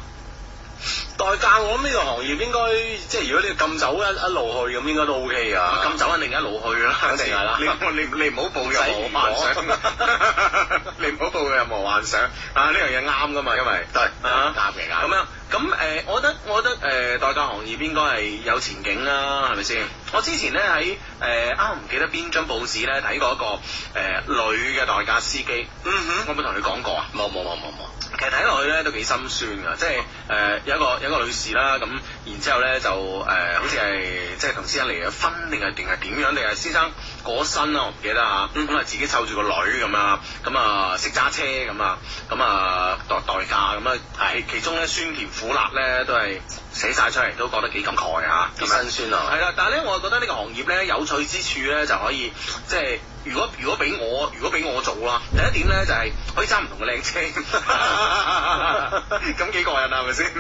代價我諗呢個行業應該即係如果你禁酒一一路去咁應該都 OK 啊。咁走肯哦定一路去啦， 肯定係啦你你你唔好抱任唔使何如果幻想， 你唔好抱任何幻想啊！呢樣嘢啱噶嘛，因為對啊啱嘅啱咁樣咁誒、呃我覺得我覺得誒、呃代駕行業應該係有前景啦，係咪先？我之前咧喺誒啊啱唔記得邊張報紙咧睇過一個誒、呃女嘅代駕司機，嗯哼，我有冇同你講過啊？冇冇冇冇冇。其實睇落去咧都幾心酸㗎，即係誒、呃有一個有一個女士啦，咁然之後咧就誒、呃好似係即係同先生離咗婚定係定係點樣，定係先生過咗身啦，我唔記得嚇，嗯咁啊自己湊住個女咁啊，咁啊識揸車咁啊，咁啊代代駕咁啊，係其中咧酸甜苦辣咧都係寫晒出嚟，都覺得幾感慨嚇，幾咁樣辛酸啊係啦，但係咧，我覺得呢個行業咧有趣之處咧就可以 即係。如果如果俾我如果俾我做啦，第一點咧就係、可以揸唔同嘅靚車， 咁幾過癮啊，係咪先？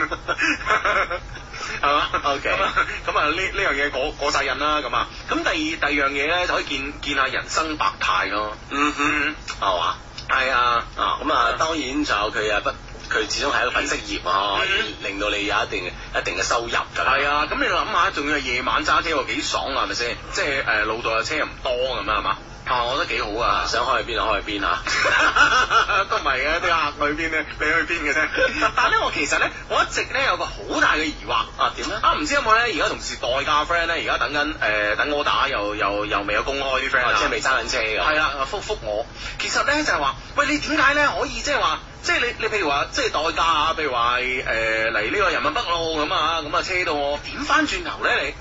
係嘛 OK 咁啊咁啊呢呢樣嘢過過晒癮啦，咁啊，咁第二第二樣嘢咧就可以見見下人生百態咯。嗯哼，係嘛？係啊，啊，咁啊，當然仲有佢啊不，佢始終係一個份職業啊，可以令到你有一定嘅一定嘅收入㗎啦。係啊，咁你諗下，仲要係夜晚揸車喎，幾爽啊，係咪先？即係誒路度嘅車又唔多咁啊，係嘛？啊，我覺得幾好啊啊，。想開去邊就開去邊啊。 都唔係嘅，啲客去邊咧， 你去邊嘅 啫。但係咧，我其實咧，我一直咧有個好大嘅疑惑啊點咧啊，唔知有冇咧？而家同事代駕 friend 咧，而家等緊誒、呃等 order，又又又未有公開啲 friend 啊啊即係未揸緊車㗎。係啦，復復我。其實咧就係話，喂，你點解咧可以即係話，即係你你譬如話，即係代駕啊，譬如話誒嚟呢個人民北路咁啊，咁啊車到我，點翻轉頭咧你？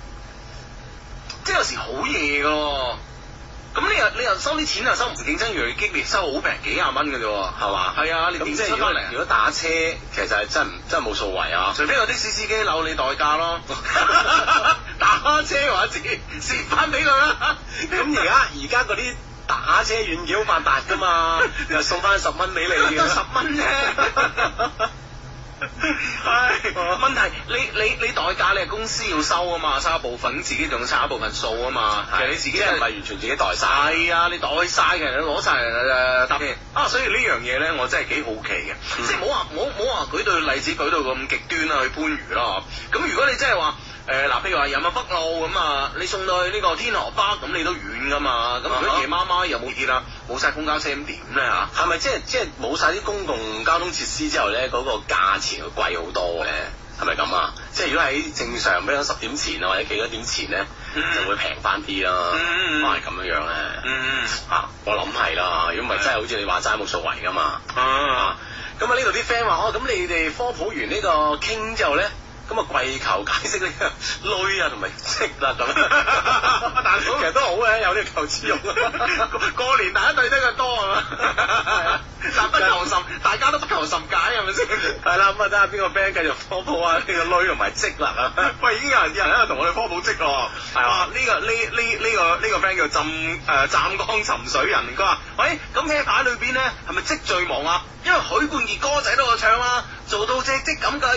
即係有時好夜㗎喎。咁你又你又收啲錢又收唔競爭越嚟越激烈，收好平幾廿蚊嘅啫喎，係嘛？係啊，你咁點即係收如翻果嚟啊如？果打車，其實係真唔真係冇數為啊。除非有的士司機扭你代駕咯， 打車或者蝕翻俾佢啦。咁而家而家嗰啲打車軟件好發達㗎 嘛，又送翻十蚊俾你得㗎。十蚊啫。 唉，問題你你你代價你係公司要收啊嘛，收一部分，自己仲要差一部分數啊嘛。其實你自己即係真唔係係完全自己代晒。係啊，你袋晒嘅，你攞晒誒搭嘅啊，所以呢樣嘢咧，我真係幾好奇嘅，嗯即係冇話冇冇話舉到例子舉到咁極端啊啦，去番禺啦，咁如果你真係話。誒嗱，譬如話人民北路咁啊，你送到去呢個天河北，咁你都遠噶嘛，咁如啊果哈夜媽媽又冇熱啦，冇晒公交車咁點咧嚇？係咪即係即係冇晒啲公共交通設施之後咧，嗰、個價錢會貴好多咧？係咪咁啊？即係如果喺正常，比如十點前啊或者幾多點前咧，嗯就會平翻啲啦。嗯嗯嗯可能係咁樣樣咧。嗯啊，我諗係啦，如果唔係真係好似你話齋冇數為噶嘛。嗯啊哦啊，咁啊呢度啲 friend 話哦，咁你哋科普完呢個傾之後咧，咁啊跪求解釋呢個 累啊同埋識啦咁。 大佬其實都好嘅，有呢個求 知欲。過年大家對得嘅多係嘛？但不求甚，大家都不求甚解係咪先？係啦，咁啊睇下邊個 friend 繼續科普啊，呢個女同埋積啦。 喂，已經有人有人喺度同我哋科普職咯，係啊哇！呢個呢呢呢個呢個 friend 叫浸誒湛江沉水人，佢話：喂，咁啤牌裏邊咧係咪積最忙啊？因為許冠傑歌仔都有唱啦，做到隻積咁嘅 哦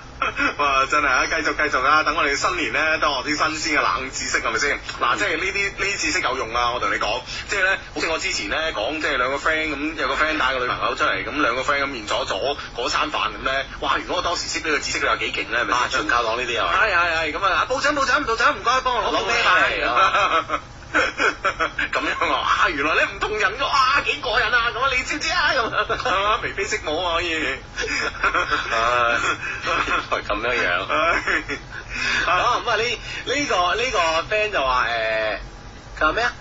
哇！真係啊，繼續繼續啊！等我哋新年咧，都學啲新鮮嘅冷知識係咪嗯先？嗱，即係呢啲呢啲知識有用啊！我同你講，即係咧，好似我之前咧講，即係兩個 friend 咁，有個 friend 帶個女朋友出嚟，咁兩個 friend 咁面咗咗嗰餐飯咁咧，哇！如果我當時識呢個知識，你話幾勁咧？係咪啊，先全靠講呢啲啊嘛。係係係咁啊！部長部長部長，唔該幫我攞部啤攞 牌。咁樣啊，啊原來咧唔同人噶，啊幾過癮啊！咁啊，你知唔知啊？咁係嘛，眉飛色舞啊可以。唉，係咁樣樣。啊啊咁啊呢呢個呢個 friend 就話誒，佢話咩啊？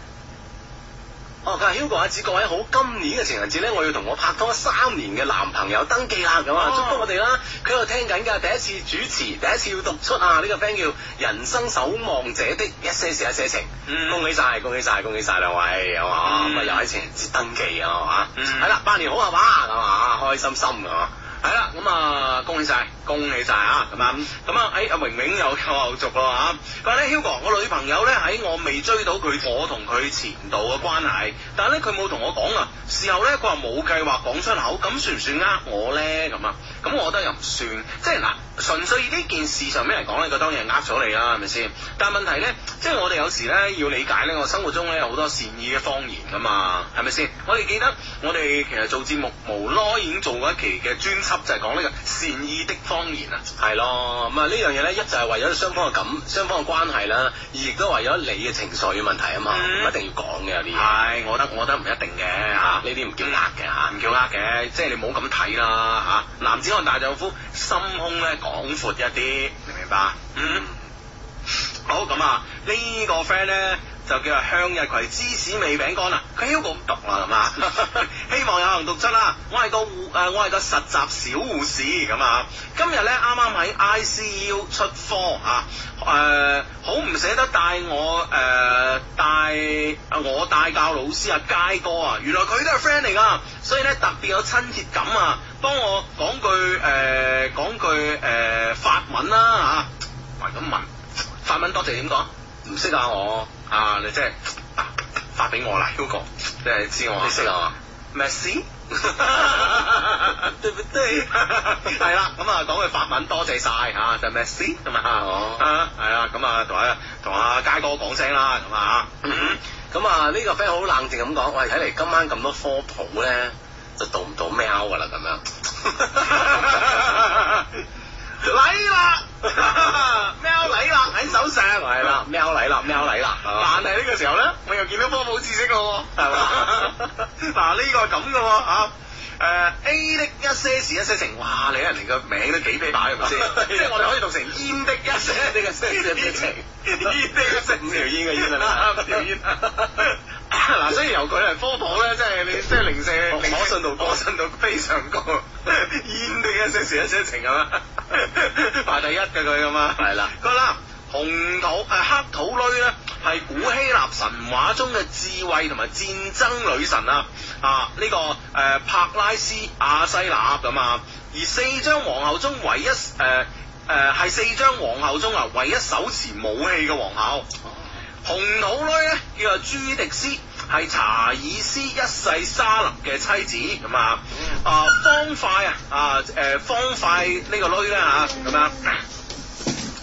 哦，佢話 Hugo 阿子各位好，今年嘅情人節咧，我要同我拍拖三年嘅男朋友登記啦，咁啊，哦祝福我哋啦！佢喺度聽緊㗎，第一次主持，第一次要讀出啊！呢、個 friend 叫人生守望者的一些事一些情，嗯恭喜晒，恭喜晒，恭喜晒兩位，係嘛？嗯咁啊，又喺情人節登記啊，係嘛？嗯係啦，百年好合啊，咁啊，開心心㗎嘛。係啦，咁啊，恭喜晒，恭喜晒啊！咁啊，咁啊，哎誒，阿榮榮有有後續啊啦嚇。佢話咧，Hugo，我女朋友咧喺我未追到佢，我同佢前度嘅關係，但係咧佢冇同我講啊。事後咧，佢話冇計劃講出口，咁算唔算呃我咧？咁啊，咁我覺得又唔算，即係嗱，純粹呢件事上面嚟講咧，佢當然係呃咗你啦，係咪先？但係問題咧，即係我哋有時咧要理解咧，我生活中咧有好多善意嘅謊言噶嘛，係咪先？我哋記得我哋其實做節目無耐已經做過一期嘅專輯，就係講呢個善意的謊言啊。係咯，咁啊呢樣嘢咧，一就係為咗雙方嘅感、雙方嘅關係啦，二亦都為咗你嘅情緒嘅問題啊嘛，唔、嗯一定要講嘅有啲嘢。係，我覺得我覺得唔一定嘅嚇啊，呢啲唔叫呃嘅嚇唔叫呃嘅，即係你唔好咁睇啦嚇。男子漢大丈夫，心胸咧廣闊一啲，明唔明白？嗯。好咁啊，呢個 friend 咧就叫做向日葵芝士味餅乾啦，佢 Hugo 咁讀啦咁 啊， 希望有幸讀出啦。我係個護誒、呃我係個實習小護士咁啊。今日咧啱啱喺 ICU 出科啊，誒好唔捨得帶我誒、呃、帶啊我帶教老師啊佳哥啊，原來佢都係 friend 嚟噶，所以咧特別有親切感啊。幫我講句誒、呃、講句誒、呃、法文啦嚇、啊，喂咁問。法文多謝點講？唔識啊我，啊，你即係啊發俾我啦，Hugo，即係知我啊你識啊 m e s s i 對唔對？ 係啦，咁啊講句法文多謝晒嚇，就 m e s s i 咁啊，哦啊係啦，咁啊同阿同阿佳哥講聲啦，咁 啊嗯咁啊呢個 friend 好冷靜咁講，喂睇嚟今晚咁多科普咧，就讀唔到喵噶啦咁樣。嚟啦， 喵嚟啦喺手上，係啦，喵嚟啦，喵嚟啦，啊但係呢個時候咧，我又見到科普知識咯喎， 係嘛嗱呢個係咁嘅喎啊！誒、A 的一些事一些情，哇！你睇人哋個名都幾俾擺係 咪先？即係我哋可以讀成煙的一些呢個先係咩情？煙的一些五條煙嘅煙啊五條煙。 嗱，所以由佢嚟科普咧，即係你即係零舍，可可信度高可信度非常高。 煙的一些事一些情咁啊， 排第一嘅佢咁啊。係啦佢啦，紅土誒、呃黑土女咧，係古希臘神話中嘅智慧同埋戰爭女神啊！啊，呢、個誒、呃柏拉斯亞西納咁啊，而四張皇后中唯一誒誒係四張皇后中啊，唯一手持武器嘅皇后。紅土女咧叫做朱迪斯，係查爾斯一世沙林嘅妻子咁啊。啊，方塊啊，啊誒、方塊呢個女咧嚇咁啊樣。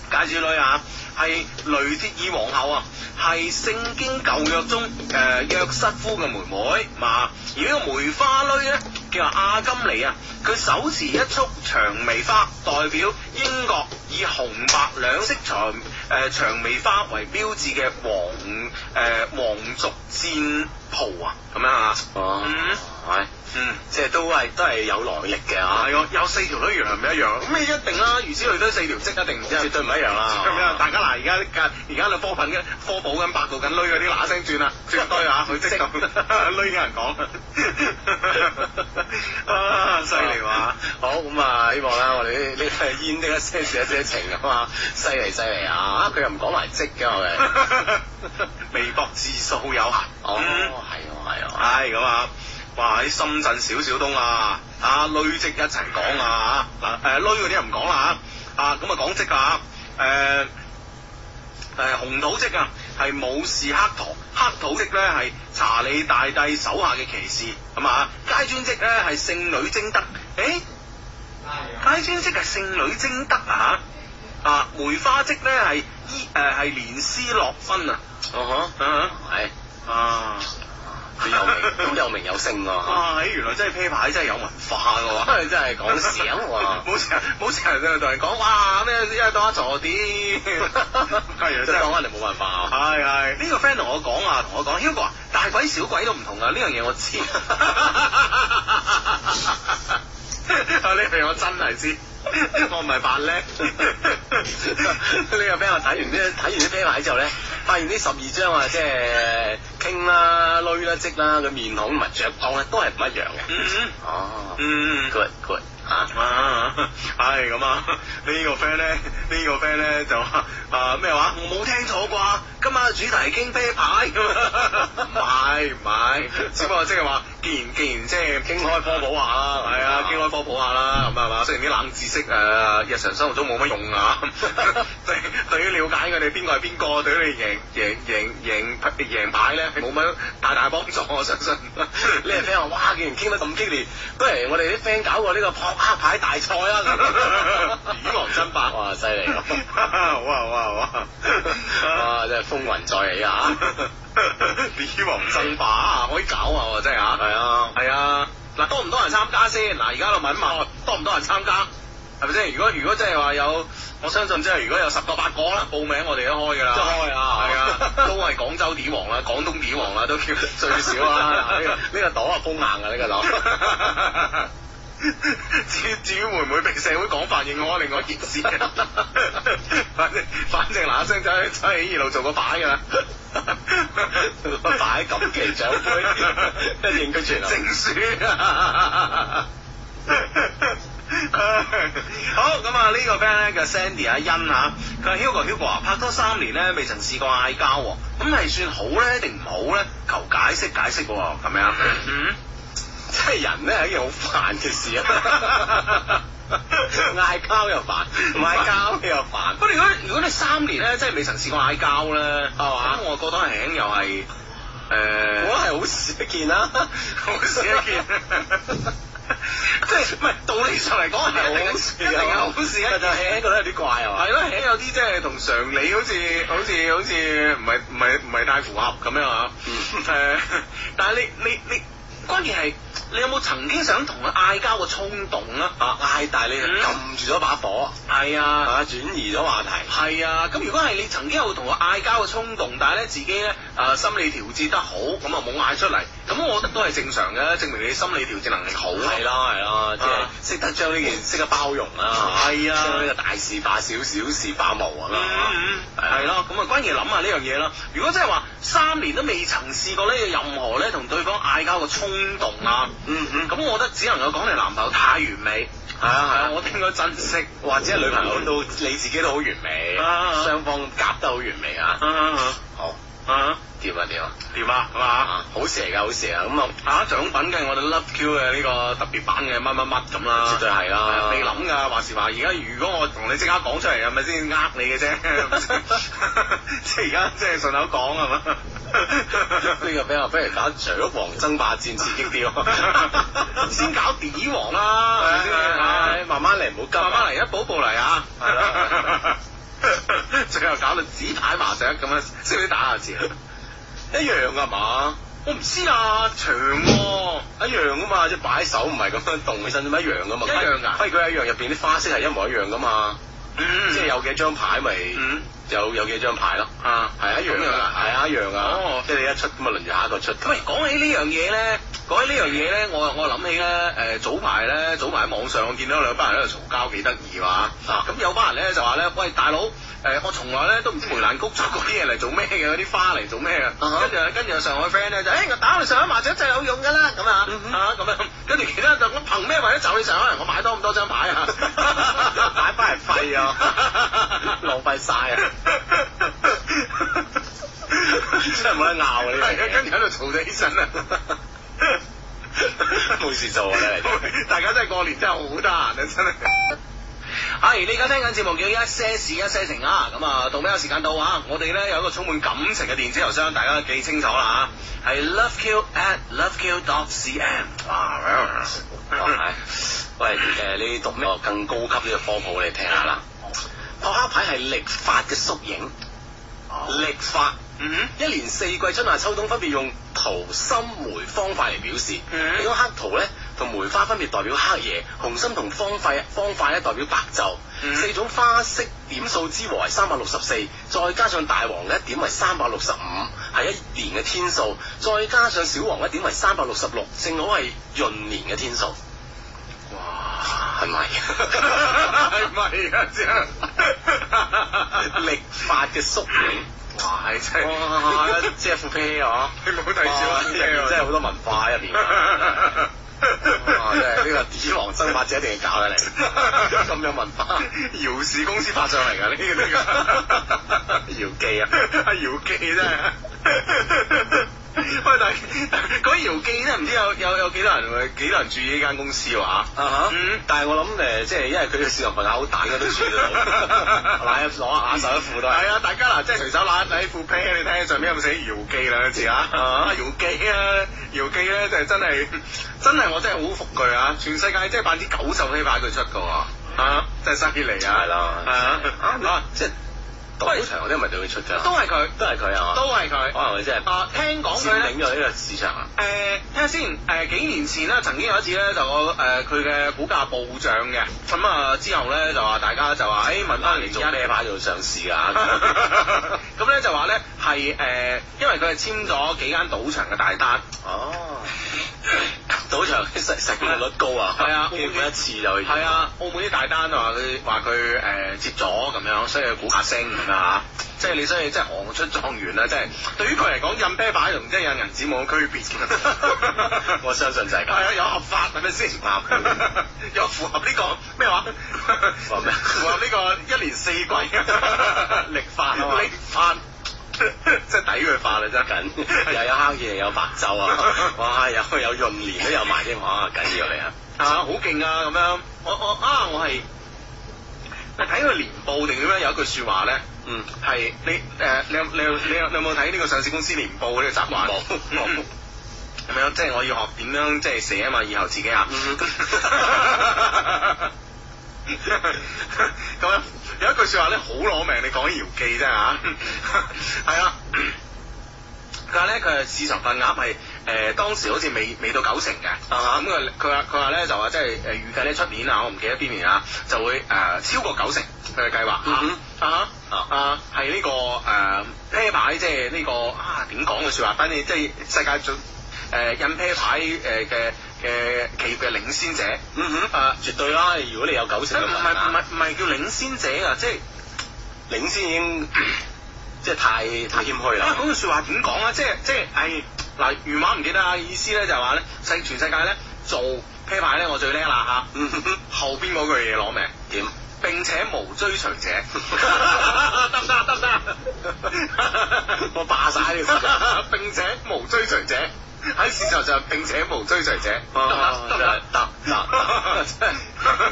介紹女啊，係雷鐵爾皇后啊，係聖經舊約中誒、呃、約瑟夫嘅妹妹嘛。而呢個梅花女咧叫做阿金尼啊，佢手持一束長眉花，代表英國以紅白兩色長誒、呃、長眉花為標誌嘅皇誒、呃皇族戰袍啊，咁樣啊，哦，係，嗯。即係都係都係有來歷嘅啊係，喎，有四條女原來唔一樣，咁你一定啦，如此類推，四條織一定唔一樣絕對唔一樣啦。咁樣，大家嗱，而家而家喺度科品嘅科普緊、百度緊，女嗰啲嗱聲轉啦，絕對 啊，佢即 咁，女嘅人講，啊，犀利哇！！好咁啊，希望啦，我哋呢呢 個煙的一些事一些情啊嘛，犀利犀利啊！佢又唔講埋職嘅我哋。 微博字數有限，哦，嗯係喎係喎，唉，咁啊，哇！喺深圳小小東啊，啊累積一齊講啊，嗱誒累嗰啲就唔講啦嚇，啊咁啊講積啊，誒、誒紅土積啊，係武士黑土，黑土積咧係查理大帝手下嘅騎士，咁啊階磚積咧係聖女貞德，誒、啊階磚積係聖女貞德啊啊梅花積咧係伊誒係連斯洛芬啊，哦啊呵，係啊！佢 有名，咁有名有姓喎，啊！原來真係啤牌真係有文化嘅喎。 真係講笑喎。 冇成日冇成日同人講哇咩一係當一坐 啲，係啊即真係係講。人哋冇辦法啊！係係，呢個 friend 同我講啊，同我講 Hugo 啊大鬼小鬼都唔同啊，呢樣嘢我 知， 啊呢樣嘢我真係知，我唔係扮叻，呢個 friend 我睇完啲睇完啲啤牌之後咧，拍完呢十二張啊，即係傾啦、累啦、積啦，個面孔同埋着裝咧都係唔一樣嘅。嗯哦嗯。 ，good good 啊，啊，係咁啊！呢個 friend 咧，呢個 friend 咧就話啊咩話？我冇聽錯啩，今晚嘅主題係傾啤牌咁啊！ 唔係唔係，只不過即係話，既然既然即係傾開科普下啦，係啊，經開科普下啦，咁係嘛？雖然啲冷知識誒、呃日常生活中冇乜用 啊，對對於了解佢哋邊個係邊個，對於你贏贏贏贏贏牌咧係冇乜大大幫助，我相信。 呢個 friend 話：哇，既然傾得咁激烈，不如我哋啲 friend 搞個呢個撲克牌大賽啦！ 魚王爭霸哇，犀 利 啊！好啊好 啊好啊！哇，真係風雲再 起啊！李王爭霸啊，可以搞啊，真係啊！係啊，係啊，哦嗱多唔多人參加先？嗱，而家我問一問，多唔多人參加？係咪先？如果如果真係話有，我相信即係如果有十個八個啦，報名我哋都開㗎啦，即係開啊係啊，都係廣州點王啦，廣東點王啦，都叫最最少少啦 啊！。嗱呢嗱，呢個個呢個黨啊，風硬啊，呢個黨。 至於至於會唔會被社會廣泛認可，另外一件事。 反正反正嗱一聲走去走去二路做個擺 㗎啦，擺錦旗獎杯 一應俱全啊證書啊！ 好咁啊！呢個 friend 咧叫 Sandy 阿欣啊，佢話 Hugo Hugo 啊，拍拖三年咧未曾試過嗌交喎，咁係算好咧定唔好咧？求解釋解釋喎，咁樣嗯。即係人咧係一件好煩嘅事 啊！嗌交又煩，唔嗌交又煩。不過如果如果你三年咧，真係未曾試過嗌交咧，係嘛咁我覺得輕又係我誒，覺得係好啊事一件啦，好事一件。即係唔係道理上嚟講係一定好係事一定係好事但一就件。係覺得有啲怪啊嘛。係咯，輕有啲即係同常理好似好似好似唔係唔係唔係太符合咁樣啊。嗯誒，但係你你你，關鍵係你有冇曾經想同佢嗌交嘅衝動啊？啊嗌，但係你就嗯撳住咗把火，係啊啊轉移咗話題。係啊，咁如果係你曾經有同佢嗌交嘅衝動，但係咧自己咧啊、心理調節得好，咁啊冇嗌出嚟，咁我覺得都係正常嘅，證明你心理調節能力好。係啦係啦，即啊係識得將呢件識得包容啦，係啊將呢個大事化小，小事化無啊嗯，嘛，嗯嗯係咯，咁啊關鍵諗下呢樣嘢啦。如果真係話三年都未曾試過呢任何咧同對方嗌交嘅衝動啊，嗯嗯，咁我覺得只能夠講你男朋友太完美，係係啊係啊，啊，我哋應該珍惜。或者係女朋友都你自己都好完美，啊啊雙方夾得好完美啊，啊好啊，掂啊掂啊，點啊？係嘛？啊好蛇㗎好蛇啊，咁啊啊，獎品嘅我哋 Love Q 嘅呢個特別版嘅乜乜乜咁啦，絕對係啦啊你諗㗎，話時話，而家如果我同你即刻講出嚟，係咪先呃你嘅啫？ 係咪先即係而家即係順口講啊係嘛？呢個比較不如搞雀王爭霸戰刺激啲喎，先搞碟王係啦，係咪先啊係係慢慢嚟唔好急啊，慢慢嚟，一步一步嚟啊係啦！ 最後搞到紙牌麻雀咁樣，識唔識打下字？一樣啊㗎嘛。我唔知啊，長喎。一樣噶嘛，即係擺手唔係咁樣動起身啫嘛，一樣噶嘛，一樣㗎規矩一樣，入邊啲花式係一模一樣噶嘛，嗯即係有幾張牌咪嗯有有幾張牌咯，啊，係一樣咁㗎，樣啊係啊一樣哦啊，即係你一出咁啊輪住下一個出，喂，講起呢樣嘢咧，講起呢樣嘢咧，我我諗起咧，誒、早排咧，早排喺網上我見到兩班人喺度嘈交，幾得意哇！啊咁有班人咧就話咧，喂大佬，誒、我從來咧都唔知梅蘭菊竹嗰啲嘢嚟做咩嘅，嗰啲花嚟做咩嘅。啊哈跟住跟住有上海 friend 咧就，誒、我打你上海麻雀就有用㗎啦，咁啊嗯哼，啊咁樣，跟住其他人就我憑咩為咗就你上海人，我買多咁多張牌啊，擺翻係廢啊 浪費晒啊，真係冇得拗啊！呢係啊跟跟住喺度嘈咗起身啊啦。冇事做啊真係， 大家真係過年真係好得閒啊！真係。係，你而家聽緊節目叫一些事一些情啊，咁啊，到咩有時間到啊？我哋咧有一個充滿感情嘅電子郵箱，大家記清楚啦吓，係 loveq at loveq dot 啊 cm。哇，哇喂誒你讀咩更高級呢個科普你聽下啦，撲克牌係曆法嘅縮影，曆法。嗯一年四季春夏秋冬分別用桃心梅方塊嚟表示，呢、嗯種黑桃咧同梅花分別代表黑夜，紅心同方塊方塊咧代表白晝。嗯四種花色點數之和係三百六十四，再加上大黃嘅一點為三百六十五，係一年嘅天數，再加上小黃一點為三百六十六，正好係閏年嘅天數。哇，係 咪？係咪啊？真係 曆法嘅縮影。哇，係真哇係，，即係副啤啊！你冇睇笑哇啊！入面真係好多文化喺入邊啊。哇！真係呢個紫王爭霸者一定要搞嘅嚟，咁有文化。姚氏公司拍上嚟㗎，呢個呢個。姚記啊，阿姚記真係。喂，但係講起姚記咧，唔知有有有幾多人會幾多人注意呢間公司話？啊嗯但係我諗誒，即係因為佢嘅市場份額好大，應該都算得到。嗱，攞下手一副都係。係啊！大家嗱，即係隨手揦一底副啤，你睇下上面有冇寫姚記兩個字啊？啊，姚記咧，姚記咧就係真係真係我真係好服佢啊！全世界即係百分之九十都擺佢出噶喎，啊，真係犀利啊！係啦係啊啊，啊，即係賭場嗰啲咪對佢出㗎，都係佢，都係佢啊，都係佢可。能佢真係啊，聽講佢佔領咧。咗呢個市場啊，誒、聽下先，誒、幾年前咧，曾經有一次咧，就我誒佢嘅股價暴漲嘅，咁、啊之後咧就話大家就話，誒、問翻你嚟做家咩牌做上市啊？ 咁咧就話咧係誒，因為佢係簽咗幾間賭場嘅大單，哦，賭場實實現率高啊，係啊基本一次就已經。係，啊，澳門啲大單話佢話佢誒接咗咁樣，所以佢股價升咁啊，即係你所以即係行出狀元啦，即係對於佢嚟講印啤牌同即係印銀紙冇區別嘅 我相信就係係啊，咁。有合法係咪先？啱有符合呢、個咩話？符合咩符合呢個一年四 季力發啊嘛力發， 真係抵佢發啦真係。緊 啊又有黑夜，又有白晝啊！哇，有有閏年都有埋添，哇，緊要你啊！啊，好勁啊咁樣。我我啊，我係你睇佢年報定點樣有一句説話咧。嗯，係你誒、你有你有你有你有冇睇呢個上市公司年報呢個習慣？冇冇 咁樣即係我要學點樣即係寫啊嘛，以後自己啊。嗯咁樣有一句説話咧好攞命，你講起姚記啫 嚇， 係啊啦。佢話咧，佢係市場份額係誒、當時好似未未到九成嘅，啊哈咁佢佢話佢話咧就話即係誒預計咧出年啊，我唔記得邊年啊，就會誒、超過九成佢嘅計劃嗯啊哼啊啊啊係呢個誒啤牌即係呢個啊點講嘅説話，反正即係世界最誒、呃印啤牌誒嘅嘅企業嘅領先者，嗯哼啊絕對啦！如果你有九即係成唔嘅啊係唔係唔係叫領先者啊，即係。領先已經 即係太太謙虛啊啦，嗰句説話點講啊？即係即係，唉，嗱，原話唔記得啊。意思咧就係話咧，世全世界咧做啤牌咧，我最叻啦嚇。嗯後邊嗰句嘢攞命，點？並且無追隨 者， 得唔得？得唔得？我霸晒呢個市場 並且無追隨者。喺市場上並且無追隨者，得唔哦得？得唔得？得得 得，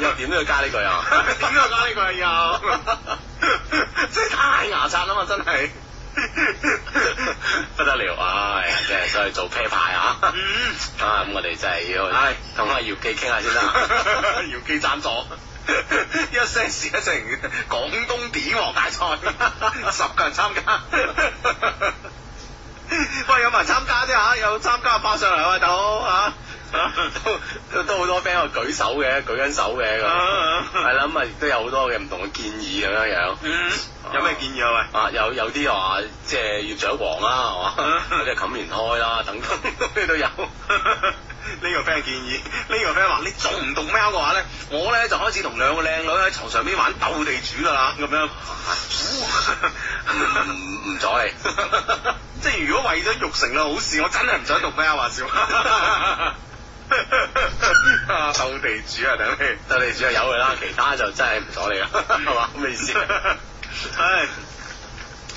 又點都要加呢句啊！點解講呢個又？ 即係太牙刷啦嘛，真係。不得了，唉，真係所以做啤牌啊！嗯。啊，咁我哋真係要係同阿姚記傾下 先啦。姚記贊助。 一些事一些情，廣東點王大賽， 十個人參加。 喂，有冇人參加啫嚇？有參加爆上嚟喂，大佬嚇。都 都好多 friend 喺度舉手嘅，舉緊手嘅咁，係啦，咁啊亦都有好多嘅唔同嘅建議咁樣樣。嗯，有咩建議啊？喂？啊，有有啲話即係要掌王啦，係嘛，嗯或者冚棉開啦，等等 都有。 呢個 friend 建議，呢個 friend 話你做唔動喵嘅話咧，我咧就開始同兩個靚女喺床上邊玩鬥地主噶啦，咁樣。唔唔唔阻你， 即係如果為咗育成嘅好事，我真係唔想讀咩啊話 笑。啊鬥地主啊，等你。得你主要有佢啦，其他就真係唔阻你啦，係嘛？咩意思？ 唉，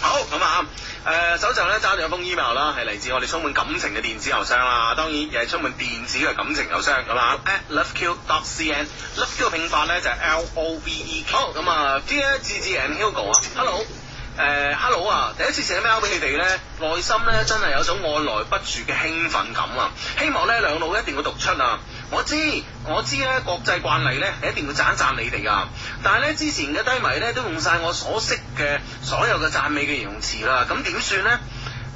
好咁啊。誒、手上咧揸住一封 email 啦，係嚟自我哋充滿感情嘅電子郵箱啦，當然亦係充滿電子嘅感情郵箱咁啊，at loveq.cn，loveq 嘅拼法咧就係 L O V E Q。好咁啊，Dear 志志 and Hugo 啊，hello。誒、h e l l o 啊！第一次寫 mail 俾你哋咧，內心咧真係有種按來不住嘅興奮感啊！希望咧兩老一定要讀出啊！我知我知咧，國際慣例咧係一定要讚一讚你哋噶，但係咧之前嘅低迷咧都用晒我所識嘅所有嘅讚美嘅形容詞啦，咁點算咧？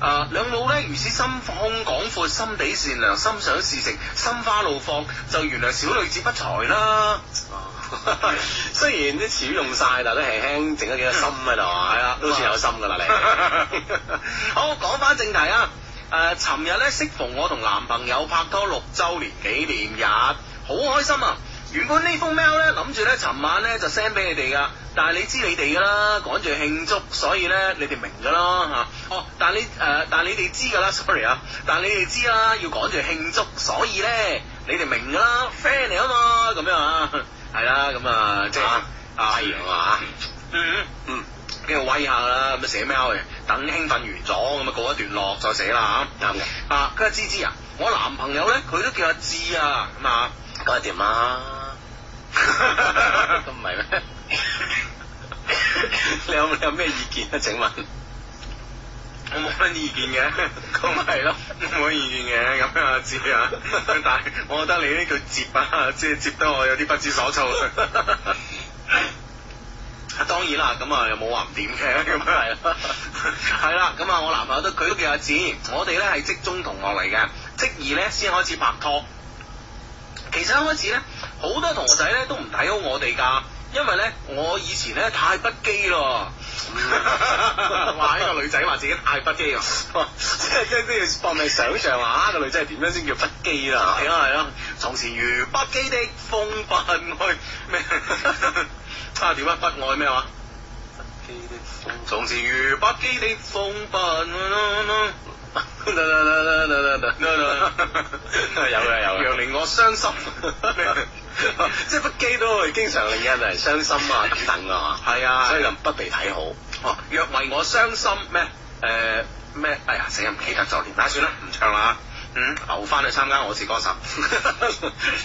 啊，兩老咧如此心胸廣闊、心地善良、心想事成、心花怒放，就原諒小女子不才啦。 雖然啲詞語用晒，但都輕輕整咗幾個心喺度，係啊，都算有心噶啦你。 好，講翻正題啊！誒、尋日咧適逢我同男朋友拍拖六週年紀念日，好開心啊！原本呢封 mail 咧諗住咧，尋晚咧就 send 俾你哋噶，但係你知你哋噶啦，趕住慶祝，所以咧你哋明噶啦嚇。哦，但係你誒、呃但係你哋知噶啦，sorry 啊，但係你哋知啦，要趕住慶祝，所以咧你哋明噶啦，friend 嚟啊嘛，咁樣啊，係啦，咁啊，即係啊啊威啊嘛嗯嗯，跟住威下啦，咁啊寫 mail 嘅，等興奮完咗，咁啊告一段落再寫啦嚇。啱嘅。啊，佢話芝芝啊，我男朋友咧佢都叫阿芝啊，咁啊。咁係點啊？咁唔 係咩？你有你有咩意見啊？請問？我冇乜意見嘅，咁咪係咯，冇乜意見嘅，咁樣啊接啊，但係我覺得你呢句接啊，即係接得我有啲不知所措。啊 當然啦，咁啊又冇話唔掂嘅，咁啊係啦，係啦，咁啊我男朋友都佢都叫阿子，我哋咧係職中同學嚟嘅，職二咧先開始拍拖。其實一開始咧，好多同學仔咧都唔睇好我哋㗎，因為咧我以前咧太不羈 咯。話呢個女仔話自己太不羈啊！即係即係都要搏命想象下個女仔係點樣先叫不羈啦。係啊係啊，從前如不羈的風不愛 咩？啊點啊不愛咩話？從前如不羈的風嗯不 愛 有嘅有嘅讓令我傷心。 即係不羈都會經常令人人傷心 啊等等啊，係啊所以就不被睇好。哦，若為我傷心咩？誒咩？哎呀，死人唔記得咗添，唉，算啦，唔唱啦。嗯，留翻去參加我是 歌手，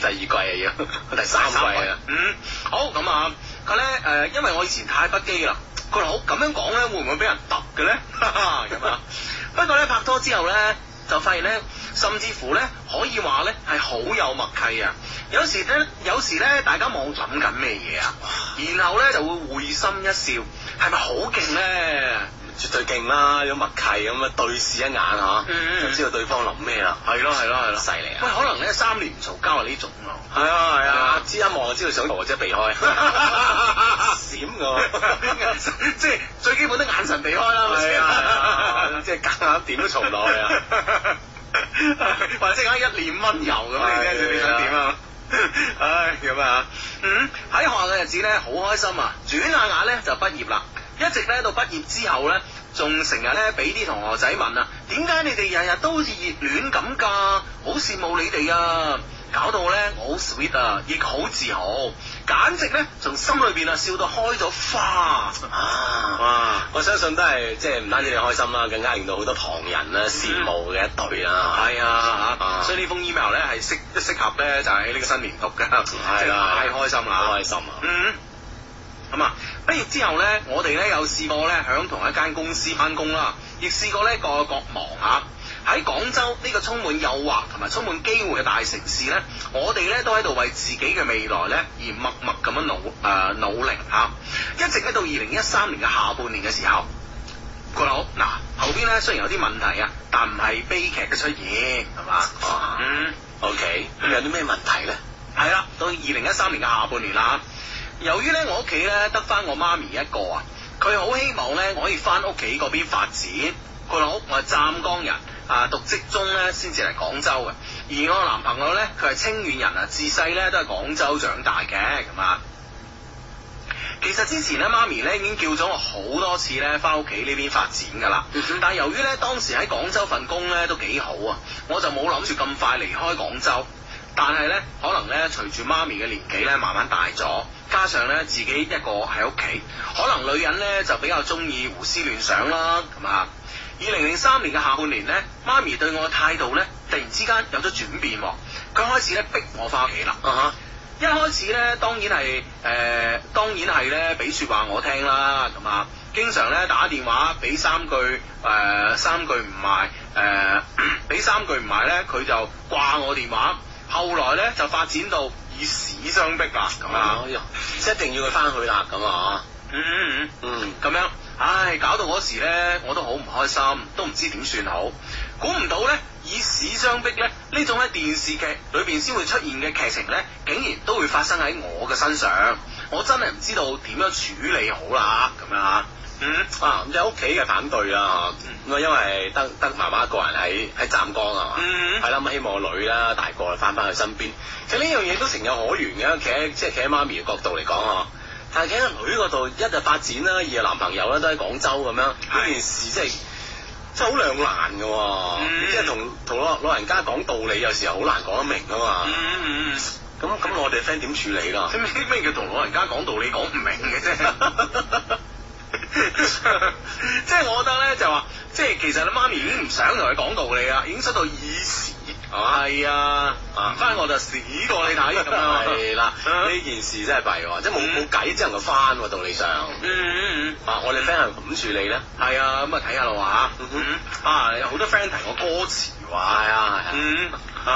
第二季啊要，第三季啊，嗯，好咁啊，佢咧誒，因為我以前太不羈啦，佢話好咁樣講咧，會唔會俾人揼嘅咧？ 咁啊，不過咧拍拖之後咧，就發現咧，甚至乎咧可以話咧係好有默契啊！有時咧，有時咧，大家望諗緊咩嘢啊？然後咧就會會心一笑，係咪好勁咧？絕對勁啦，有默契咁啊，對視一眼嚇，嗯就知道對方諗咩啦。係咯係咯係咯，犀利啊喂，可能咧三年唔嘈交係呢種咯。係啊係啊知一望就知道想逃或者避開， 閃我。 即係最基本的眼神避開啦，咪係先啊係啊，即係夾硬點都嘈唔落去啊！ 或者講一臉温柔咁，你係聽你想點啊？ 唉，咁啊，嗯，喺學校嘅日子咧，好開心啊！轉下眼咧就畢業啦，一直咧到畢業之後咧，仲成日咧俾啲同學仔問啊，點解你哋日日都好似熱戀咁㗎？好羨慕你哋啊！搞到咧我好 sweet 啊，亦好自豪，簡直咧從心裏邊啊笑到開咗 花啊哇！我相信都係即係唔單止你開心啦，更加令到好多旁人咧羨慕嘅一對啦。係啊，啊嚇！所以呢封 email 咧係適適合咧就喺呢個新年讀嘅，係啦太開心啦，太開心啊嗯。咁啊，畢業之後咧，我哋咧有試過咧響同一間公司翻工啦，亦試過咧各有各忙啊。喺廣州呢個充滿誘惑同埋充滿機會嘅大城市咧，我哋咧都喺度為自己嘅未來咧而默默咁樣努誒、呃努力嚇、一直咧到二零一三年嘅下半年嘅時候。佢話好嗱，後邊咧雖然有啲問題啊，但唔係悲劇嘅出現，係嘛？啊嗯， OK，咁有啲咩問題咧？係啦，到二零一三年嘅下半年啦，由於咧我屋企咧得翻我媽咪一個啊，佢好希望咧我可以翻屋企嗰邊發展。佢話好，我係湛江人啊，讀職中咧先至嚟廣州嘅，而我男朋友咧佢係清遠人啊，自細咧都係廣州長大嘅咁啊。其實之前咧，媽咪咧已經叫咗我好多次咧，翻屋企呢邊發展噶啦。但係由於咧當時喺廣州份工咧都幾好啊，我就冇諗住咁快離開廣州。但係咧，可能咧隨住媽咪嘅年紀咧慢慢大咗，加上咧自己一個喺屋企，可能女人咧就比較中意胡思亂想啦，咁啊。二零零三年嘅下半年咧，媽咪對我嘅態度咧突然之間有咗轉變喎，佢開始咧逼我翻屋企啦。啊一開始咧，當然係誒、呃，當然係咧，俾説話我聽啦，咁啊，經常咧打電話俾三句誒、呃三句唔埋誒，俾、三句唔埋咧，佢就掛我電話。後來咧就發展到以死相逼啦，咁啊，哎呀即係一定要佢翻去啦咁啊！嗯嗯嗯。嗯，咁樣，唉，搞到嗰時咧，我都好唔開心，都唔知點算好。估唔到咧，以死相逼咧，呢種喺電視劇裏邊先會出現嘅劇情咧，竟然都會發生喺我嘅身上，我真係唔知道點樣處理好啦，咁樣啊。嗯啊，咁即係屋企嘅反對啦嚇，咁啊因為得得媽媽一個人喺喺湛江啊，嗯係啦咁希望個女啦大個翻翻去身邊，其實呢樣嘢都情有可原嘅，企喺即係企喺媽咪嘅角度嚟講啊。但係企喺女嗰度，一就發展啦，二就男朋友啦，都喺廣州咁樣，呢件事真係真係好兩難嘅嗯喎，即係同同老老人家講道理，有時候好難講得明啊嘛。嗯嗯。咁咁我哋 friend 點處理啦？咁 咩咩叫同老人家講道理講唔明嘅啫？ 即係我覺得咧就話，即係其實你媽咪已經唔想同佢講道理啦，已經出到耳屎。哦係啊，唔翻我就屎過你睇咁啊！係啦，嗯呢件事真係弊喎，即係冇嗯冇計，只能夠翻喎，道理上。嗯嗯嗯。啊，我哋 friend 係咁處理咧。係啊，咁啊睇下咯話嗯哼啊，有好多 friend 提我歌詞話，係啊係啊，嗯啊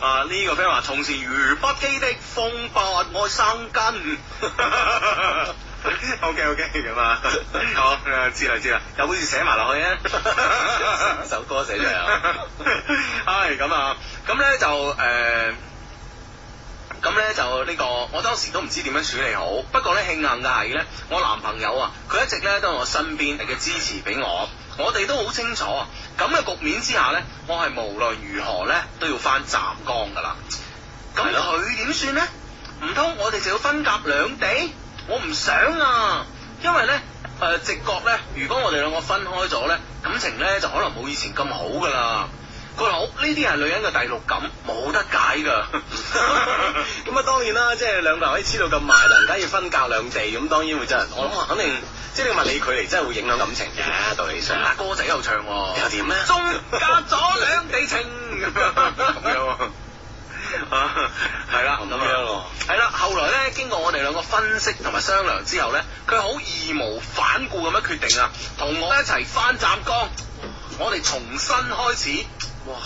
啊呢個 friend 話從前如不羈的風暴愛生根。O K O K 咁啊， 好啊知啦知啦，有本事寫埋落去 啊首歌寫出嚟啊係咁啊，咁咧就誒。咁咧就呢、個，我當時都唔知點樣處理好。不過咧慶幸嘅係咧，我男朋友啊，佢一直咧都喺我身邊嘅支持俾我。我哋都好清楚啊，咁嘅局面之下咧，我係無論如何咧都要翻湛江噶啦。咁係咯佢點算咧？唔通我哋就要分隔兩地？我唔想啊，因為咧。誒、直覺咧，如果我哋兩個分開咗咧，感情咧就可能冇以前咁好噶啦。佢話好哦呢啲係女人嘅第六感，冇得解噶。咁啊，當然啦，即係兩個人可以黐到咁埋，突然間要分隔兩地，咁當然會真係，我諗肯定，即係你物理距離真係會影響感情嘅，道理上。嗱啊歌仔又唱喎，又點咧中隔咗兩地情咁樣喎。啊，係啦，咁樣喎係啦。後來咧，經過我哋兩個分析同埋商量之後咧，佢好義無反顧咁樣決定啊，同我一齊翻湛江，我哋重新開始。哇！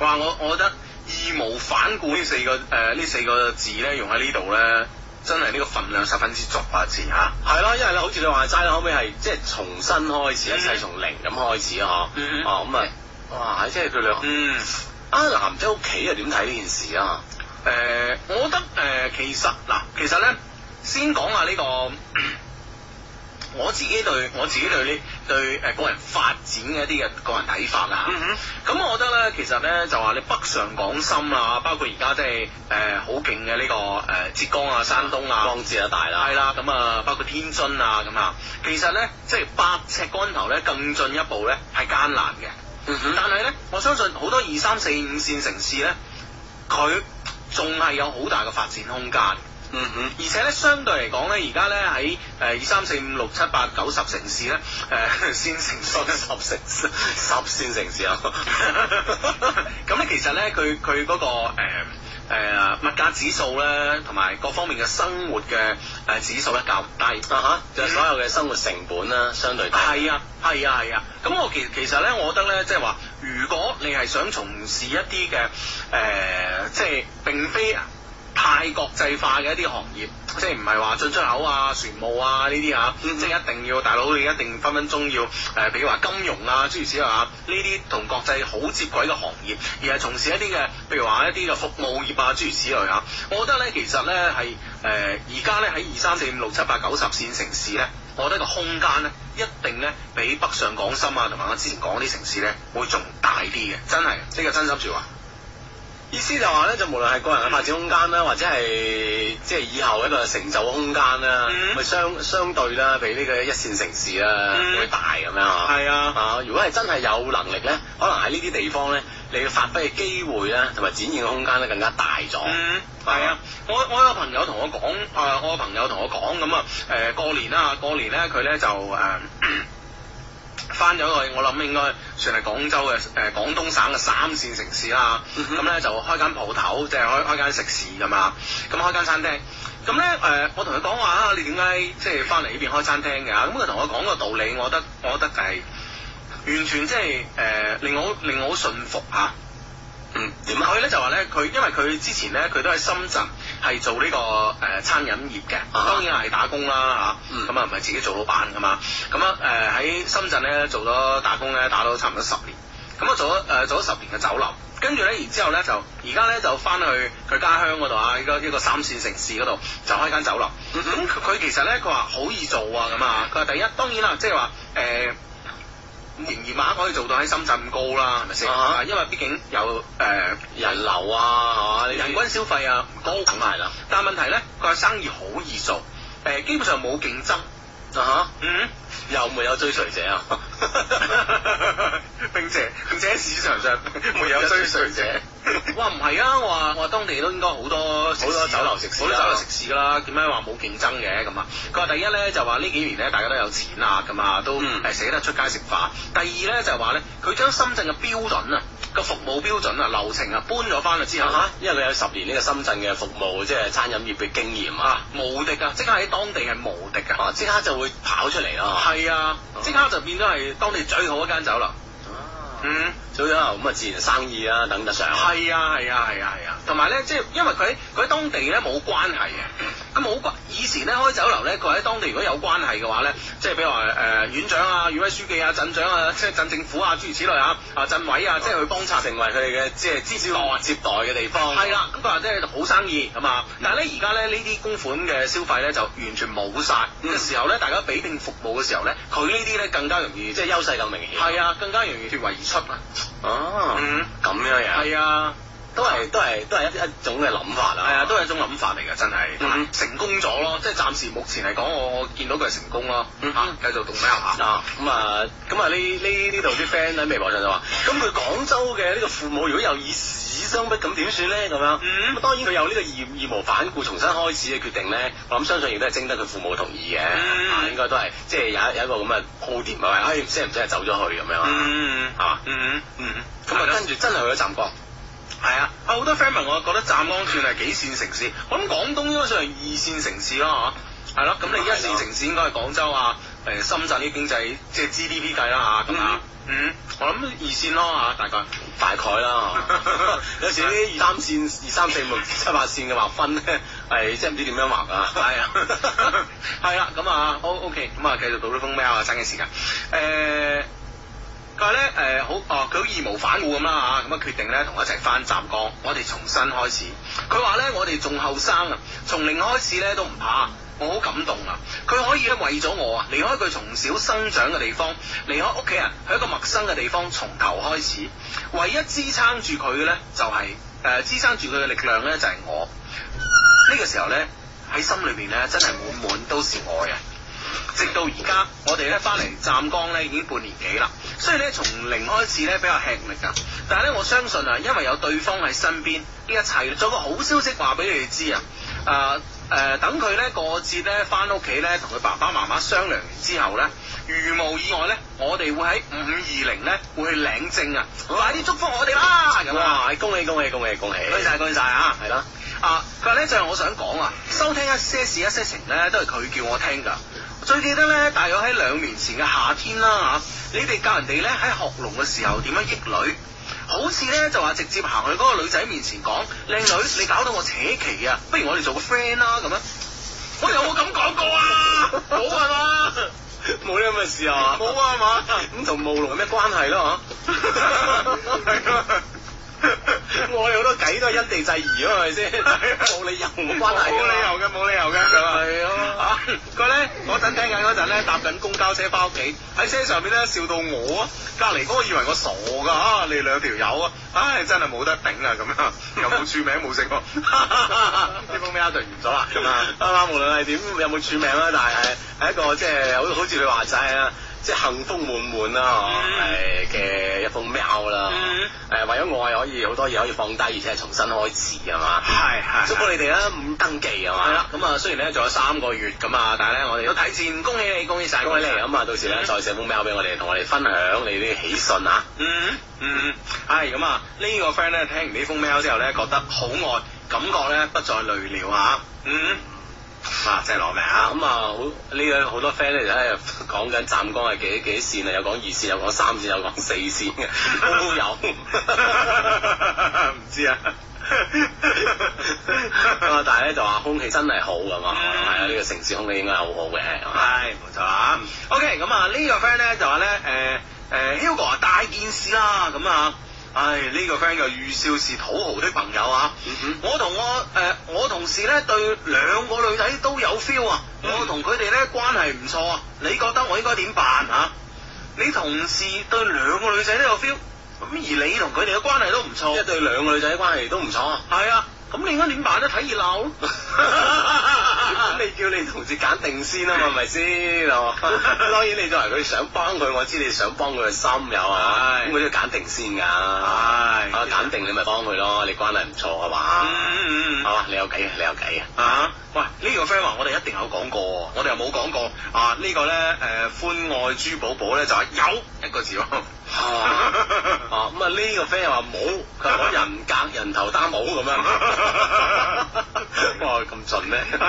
哇！我我覺得義無反顧呢四個誒呢、四個字咧，用喺呢度咧，真係呢個份量十分之足啊！字嚇。係咯，因為咧，好似你話齋啦，可唔可以係即係重新開始，一切從零咁開始啊？嗯嗬哦，咁啊，哇！即係佢兩嗯。啊男仔屋企又點睇呢件事啊？誒、我覺得誒、其實嗱，其實咧，先講下呢、個我自己對我自己對呢對誒、呃個人發展嘅一啲嘅個人睇法啦。嗯咁、我覺得咧，其實咧就話你北上廣深啊，包括而家即係誒好勁嘅呢個誒、浙江啊、山東啊。光之啊大啦，係啦，咁啊，包括天津啊，咁啊，其實咧，即係百尺竿頭咧，更進一步咧，係艱難嘅。嗯哼但係咧，我相信好多二三四五線城市咧，佢仲係有好大嘅發展空間。嗯哼。而且咧，相對嚟講咧，而家咧喺誒呃二三四五六七八九十城市咧，誒、 先成熟十城 市，十線城市啊！ 咁咧，其實咧，佢佢嗰個誒誒、物價指數咧，同埋各方面嘅生活嘅誒、指數咧較低。啊吓，就所有嘅生活成本啦，相對低。係啊，係啊，係啊。咁我其其實咧，我覺得咧，即係話，如果你係想從事一啲嘅誒，即係並非太國際化嘅一啲行業，即係唔係話進出口啊、船務啊呢啲啊，嗯即係一定要大佬你一定分分鐘要誒、呃比如話金融啊諸如此類啊，呢啲同國際好接軌嘅行業，而係從事一啲嘅，譬如話一啲嘅服務業啊諸如此類啊。我覺得咧，其實咧係誒呃而家咧喺二三四五六七八九十線城市咧。我覺得個空間咧，一定咧比北上廣深啊，同埋我之前講嗰啲城市咧，會仲大啲嘅，真係呢個真心説話。意思就話咧，就無論係個人嘅發展空間啦，或者係即係以後一個成就嘅空間啦，嗯咪相相對啦，比呢個一線城市啦嗯會大咁樣啊。係啊啊，如果係真係有能力咧，可能喺呢啲地方咧，你嘅發揮嘅機會咧，同埋展現嘅空間咧，更加大咗。嗯，係啊，我我有朋友同我講，啊、我有朋友同我講咁啊，誒、過年啦，過年咧佢咧就誒。 翻咗去，我諗應該算係廣州嘅誒、廣東省嘅三線城市啦。嗯哼咁咧、就開間鋪頭，即係開開間食肆咁啊，咁開間餐廳。咁咧誒，我同佢講話啊，你點解即係翻嚟呢邊開餐廳㗎？啊咁佢同我講個道理，我覺得我覺得係完全即係誒令我令我好信服嚇。嗯，點點啊？佢咧就話咧，佢因為佢之前咧，佢都喺深圳係做呢、個誒、呃餐飲業嘅，啊當然係打工啦嚇，嗯咁啊唔係自己做老闆噶嘛，咁啊誒喺深圳咧做咗打工咧，打到差唔多十年，咁啊做咗誒、呃做咗十年嘅酒樓，跟跟住咧，然之後咧就而家咧就翻去佢家鄉嗰度啊，依個一個三線城市嗰度就開間酒樓。嗯咁佢佢其實咧，佢話好易做啊咁啊。佢話第一當然啦，即係話呃誒。營業額可以做到喺深圳咁高啦，係咪先？啊哈因為畢竟有誒、呃人流啊，係嘛？人均消費啊唔高，梗係啦。但係問題咧，佢話生意好易做，誒、呃基本上冇競爭。啊嗯。哈，又沒有追隨者啊？ 並且並且喺市場 上沒有追隨者。 哇，唔係啊！我話我話當地都應該好多食肆好多酒樓食肆好啊啦多酒樓食肆啦。點解話冇競爭嘅咁啊？佢話第一咧就話呢幾年咧大家都有錢啊，咁啊都嗯係捨得出街食飯。第二咧就係話咧，佢將深圳嘅標準啊，個服務標準啊、流程啊搬咗翻去之後啊哈，因為佢有十年呢個深圳嘅服務，即係餐飲業嘅經驗啊，啊無敵啊！即刻喺當地係無敵啊噶，即刻就會跑出嚟啦。係啊，即刻就變咗係當地最好一間酒樓。嗯，嗯。所以啊，咁啊，自然生意啊，等得上。係啊係啊係啊係啊，同埋咧，即係因為佢喺佢喺當地咧冇關係嘅，咁冇關以前咧開酒樓咧，佢喺當地如果有關係嘅話咧，即係比如話誒、呃院長啊、縣委書記啊、鎮長啊、即係鎮政府啊諸如此類啊、啊鎮委啊，即係去幫襯。成為佢哋嘅即係接待接待嘅地方。係啦，咁佢話即係好生意咁啊，但係咧而家咧呢啲公款嘅消費咧就完全冇晒嗯嘅時候咧，大家比拼服務嘅時候咧，佢呢啲咧更加容易即即係係優勢更明顯。係啊，更加容易脱圍而出啊。哦，嗯咁樣樣。係啊。都係都係都係一一種嘅諗法係啦。啊，都係一種諗法嚟嘅，真係、嗯成功咗咯，即係暫時目前嚟講，我我見到佢係成功咯，嚇、嗯繼續讀咩下？啊，咁啊，咁啊，呢呢呢度啲 friend 喺微博上就話，咁佢廣州嘅呢個父母如果又以死相逼，咁點算咧？咁樣，嗯咁當然佢有呢個義義無反顧重新開始嘅決定咧，我諗相信亦都係徵得佢父母同意嘅，嗯啊，應該都係即係有一有一個咁嘅鋪墊，咪話，哎，唔知唔知係走咗去咁樣啊，嗯係嘛嗯嗯，咁啊，跟住真係去咗湛江，係啊，啊好多 friend 問我覺得湛江算係幾線城市，我諗廣東應該算係二線城市咯嚇，係咯，咁啊你一線城市應該係廣州啊、誒、深圳啲經濟即係 GDP 計啦嚇，咁啊，嗯，我諗二線咯嚇，大概。大概啦， 有時啲二三線、二三四五、七八線嘅劃分咧，係真係唔知點樣劃啊，係 啊，係啦，咁啊，O O K，咁啊，繼續到呢封 mail 啊，爭緊時間。誒，佢話咧誒好，哦，佢好義無反顧咁啦嚇，咁啊決定咧同我一齊翻湛江，我哋重新開始。佢話咧我哋仲後生啊，從零開始咧都唔怕。我好感動啊！佢可以咧為咗我啊，離開佢從小生長嘅地方，離開屋企人，去一個陌生嘅地方，從頭開始。唯一支撐住佢嘅咧，就係、誒支撐住佢嘅力量咧，就係我。呢個時候咧，喺心裏邊咧，真係滿滿都是愛啊！直到而家，我哋咧翻嚟湛江咧已經半年幾啦，所以咧從零開始咧比較吃力啊。但係咧我相信啊，因為有對方喺身邊，呢一切做個好消息話俾你哋知啊！誒、誒、等佢咧過節咧翻屋企咧同佢爸爸媽媽商量完之後咧，如無意外咧，我哋會喺五二零咧會去領證啊！快啲祝福我哋啦！咁啊，哇！恭喜恭喜恭喜恭喜！恭喜晒，恭喜晒啊！係啦。啊，佢話咧就係我想講啊，收聽一些事一些情咧都係佢叫我聽㗎。最記得咧，大約喺兩年前嘅夏天啦嚇，你哋教人哋咧喺學龍嘅時候點樣益女，好似咧就話直接行去嗰個女仔面前講，靚女你搞到我扯旗啊，不如我哋做個 friend 啦咁樣。我有冇咁講過啊？冇係嘛？冇呢咁嘅事啊！冇啊係嘛？咁同慕龍有咩關係咯？係 啊嚇，我哋好多計都係因地制宜啊，係 咪先？冇理由冇關係㗎啊嘛冇理由嘅，冇理由嘅，咁啊係咯啊佢咧嗰陣聽緊嗰陣咧搭緊公交車翻屋企，喺車上面咧笑到我啊，隔離嗰個以為我傻㗎啊，你兩條友啊，唉真係冇得頂啊咁 樣，又冇署名冇食喎， 呢封 mail 就完咗啦咁啊。啊嘛，無論係點有冇署名啦，但係係一個即係好好似你話齋啊，即係幸福滿滿啦，嗯係嘅一封 mail 啦嗯。誒，為咗愛可以好多嘢可以放低，而且係重新開始啊嘛。係係祝福你哋啦，五登記啊嘛。係啦，咁啊雖然咧仲有三個月咁啊，但係咧我哋都睇戰，恭喜你，恭喜晒，恭喜你咁啊！到時咧再寫封 mail 俾我哋，同我哋分享你啲喜訊啊！嗯嗯，係咁啊！呢個 friend 咧聽完呢封 mail 之後咧，覺得好愛，感覺咧不再累了啊！嗯，啊真係攞命啊啊！咁啊，好呢個好多 friend 咧就喺度講緊湛江係幾幾線啊，有講二線，有講三線，有講四線嘅， 都有。唔知啊，咁啊，但係咧就話空氣真係好咁啊，係啊，呢個城市空氣應該係好好嘅。係冇錯啊。OK，咁啊呢個 friend 咧就話咧誒誒 Hugo 啊大件事啦咁啊。唉，呢、個 friend 嘅預兆是土豪的朋友啊！嗯我同我誒、呃我同事咧對兩個女仔都有 feel 啊！嗯我同佢哋咧關係唔錯啊！你覺得我應該點辦啊？你同事對兩個女仔都有 feel，咁而你同佢哋嘅關係都唔哼，錯即係，對兩個女仔關係都唔錯。係啊！咁你應該點辦咧？睇熱鬧咯！咁你叫你同事揀定先啊嘛，係咪先？係哦嘛？ 當然你作為佢想幫佢，我知你想幫佢嘅心有啊，係咁佢都要揀定先㗎。唉啊揀定你咪幫佢咯，你關係唔錯係嘛？嗯嗯係嗯嘛？你有計啊嘅，你有計嘅。啊！喂，呢、個 friend 話我哋一定有講過喎，我哋又冇講過啊！呢、個咧誒、呃、歡愛珠寶寶咧就係有一個字咯。 哦，啊咁啊呢個 friend 又話冇，佢話我人格人頭擔保咁樣。 哇，咁盡咩？係啊，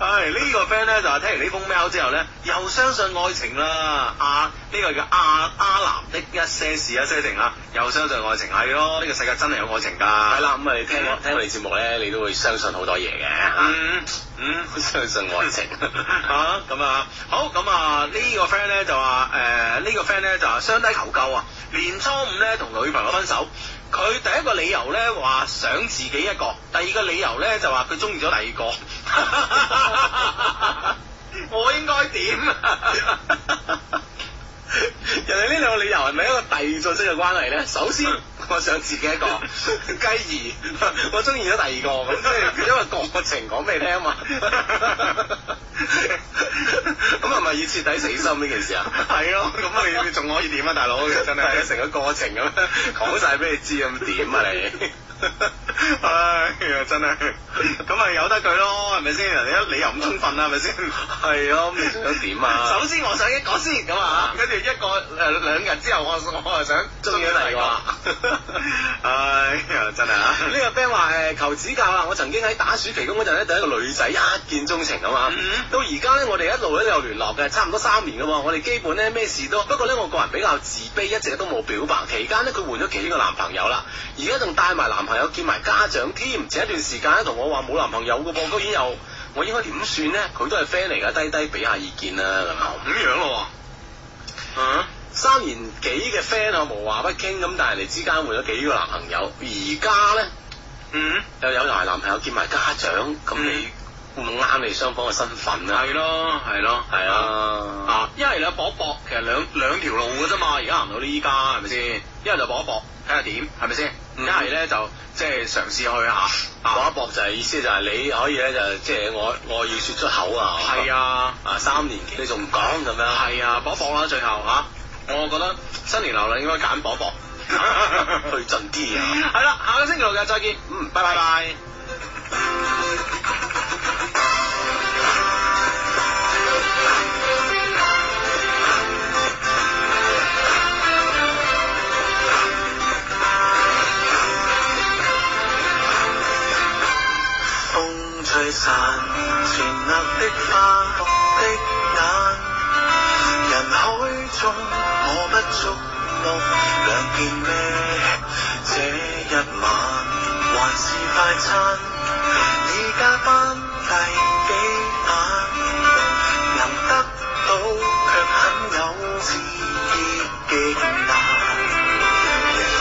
唉呢個 friend 咧就係聽完呢封 mail 之後咧，又相信愛情啦。啊，呢個叫阿阿南的一些事一些情啊，又相信愛情係咯，呢個世界真係有愛情㗎。係，啦，咁啊你聽我聽我哋節目咧，你都會相信好多嘢嘅嚇，嗯嗯。 相信愛情。 啊，咁啊，好，咁啊，呢、個 friend 咧就話，誒、呢、個 friend 咧就話相低求救啊，年初五咧同女朋友分手，佢第一個理由咧話想自己一個，第二個理由咧就話佢中意咗第二個， 我應該 點 啊？人哋呢兩個理由係咪一個遞進式嘅關係咧？ 首先，我想自己一個，繼而 我中意咗第二個，咁即係 因為過程講俾你聽啊嘛。 咁係咪要徹底死心呢件事啊？係咯，咁你你仲可以點啊，大佬？真係係成個過程咁樣講晒俾你知咁點啊 你？唉哎呀，真係，咁咪由得佢咯，係咪先？人哋一理由唔充分啊啦，係咪先？係咯，咁你想點啊？首先我想一個先咁啊，跟住一個誒兩日之後，我我係想中意咗第二個啦唉呀，真係啊！呢個 friend 話誒求指教啊！我曾經喺打暑期工嗰陣咧，對一個女仔一見鍾情啊嘛。嗯到而家咧，我哋一路咧有聯絡嘅，差唔多三年噶喎。我哋基本咧咩事都，不過咧我個人比較自卑，一直都冇表白。期間咧佢換咗幾個男朋友啦，而家仲帶埋男朋友見埋家長添。前一段時間咧同我話冇男朋友嘅噃，居然又我應該點算咧？佢都係 friend 嚟噶，低低俾下意見啦咁啊。咁樣咯喎，嗯。三年幾嘅 friend 啊，無話不傾咁，但係人哋之間換咗幾個男朋友，而家咧。嗯，又有埋男朋友見埋家長，咁你會唔會啱你雙方嘅身份啊？係咯，係咯，係啊，啊，一係你搏一搏，其實兩兩條路嘅啫嘛，而家行到呢依家係咪先？一係就搏一搏，睇下點係咪先？嗯一係咧就即係嘗試去下，啊搏一搏就係意思就係你可以咧就即係我我要説出口啊，係，啊，啊三年幾你仲唔講咁樣？係啊，搏一搏啦，最後嚇、啊我覺得新年流流應該揀搏一 搏，去盡啲 啊！係啦，下個星期六日再見，嗯拜拜拜。風吹散前額的花落的眼，人海中我不觸目，兩件咩？這一晚還是快餐，已加班第幾晚，能得到卻很有熾熱極難。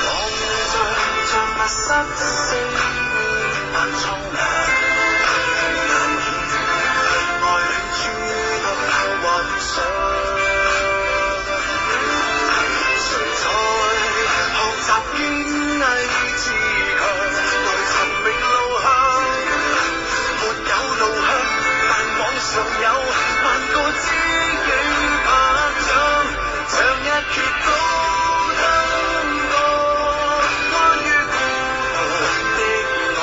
望着像密室四面蒼涼，難免愛戀諸多幻想。誰在學習堅毅自強，來尋覓路向？沒有路向，但網上有萬個知己拍掌，長日決高登過，關於孤獨的我，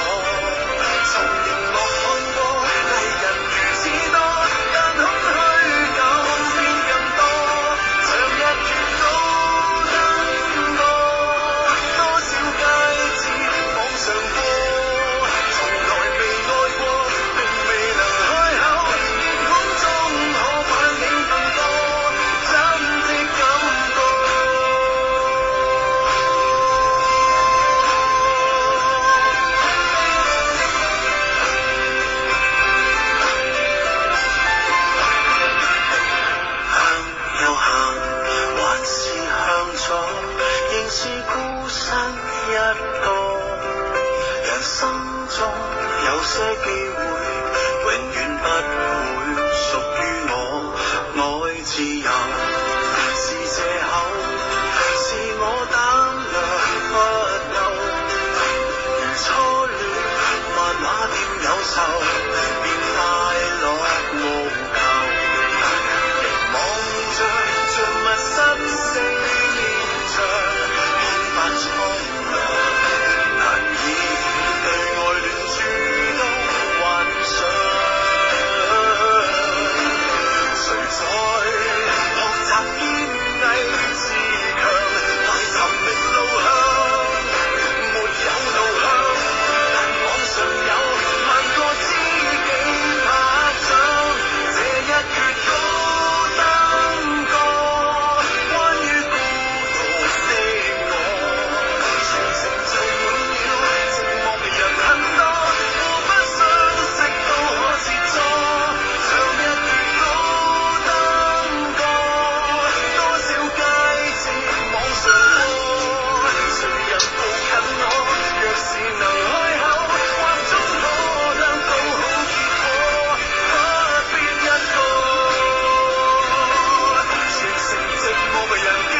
從熒幕看過，麗人如此多，但空虛久變心中有些機會，永遠不會屬於我，愛自由是借口，是我膽量不夠。如初戀，漫畫店有售，便快樂無求。望着像陌生四面牆，空白蒼涼，難以對愛戀諸多幻想。誰在學習堅毅自強，來尋覓路向？沒有路向，網上有萬個知己拍掌。這一闕高登歌，關於孤獨的我，全城聚滿了寂寞嘅人很多，互不相識都可切磋，唱一闕高登歌，多少佳節網上播，誰人抱近我？若是能開口，或終可得到好結果，不必一個。全城寂寞嘅人幾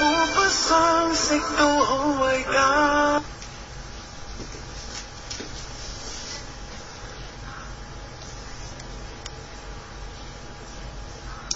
多？互不相識都好偉大。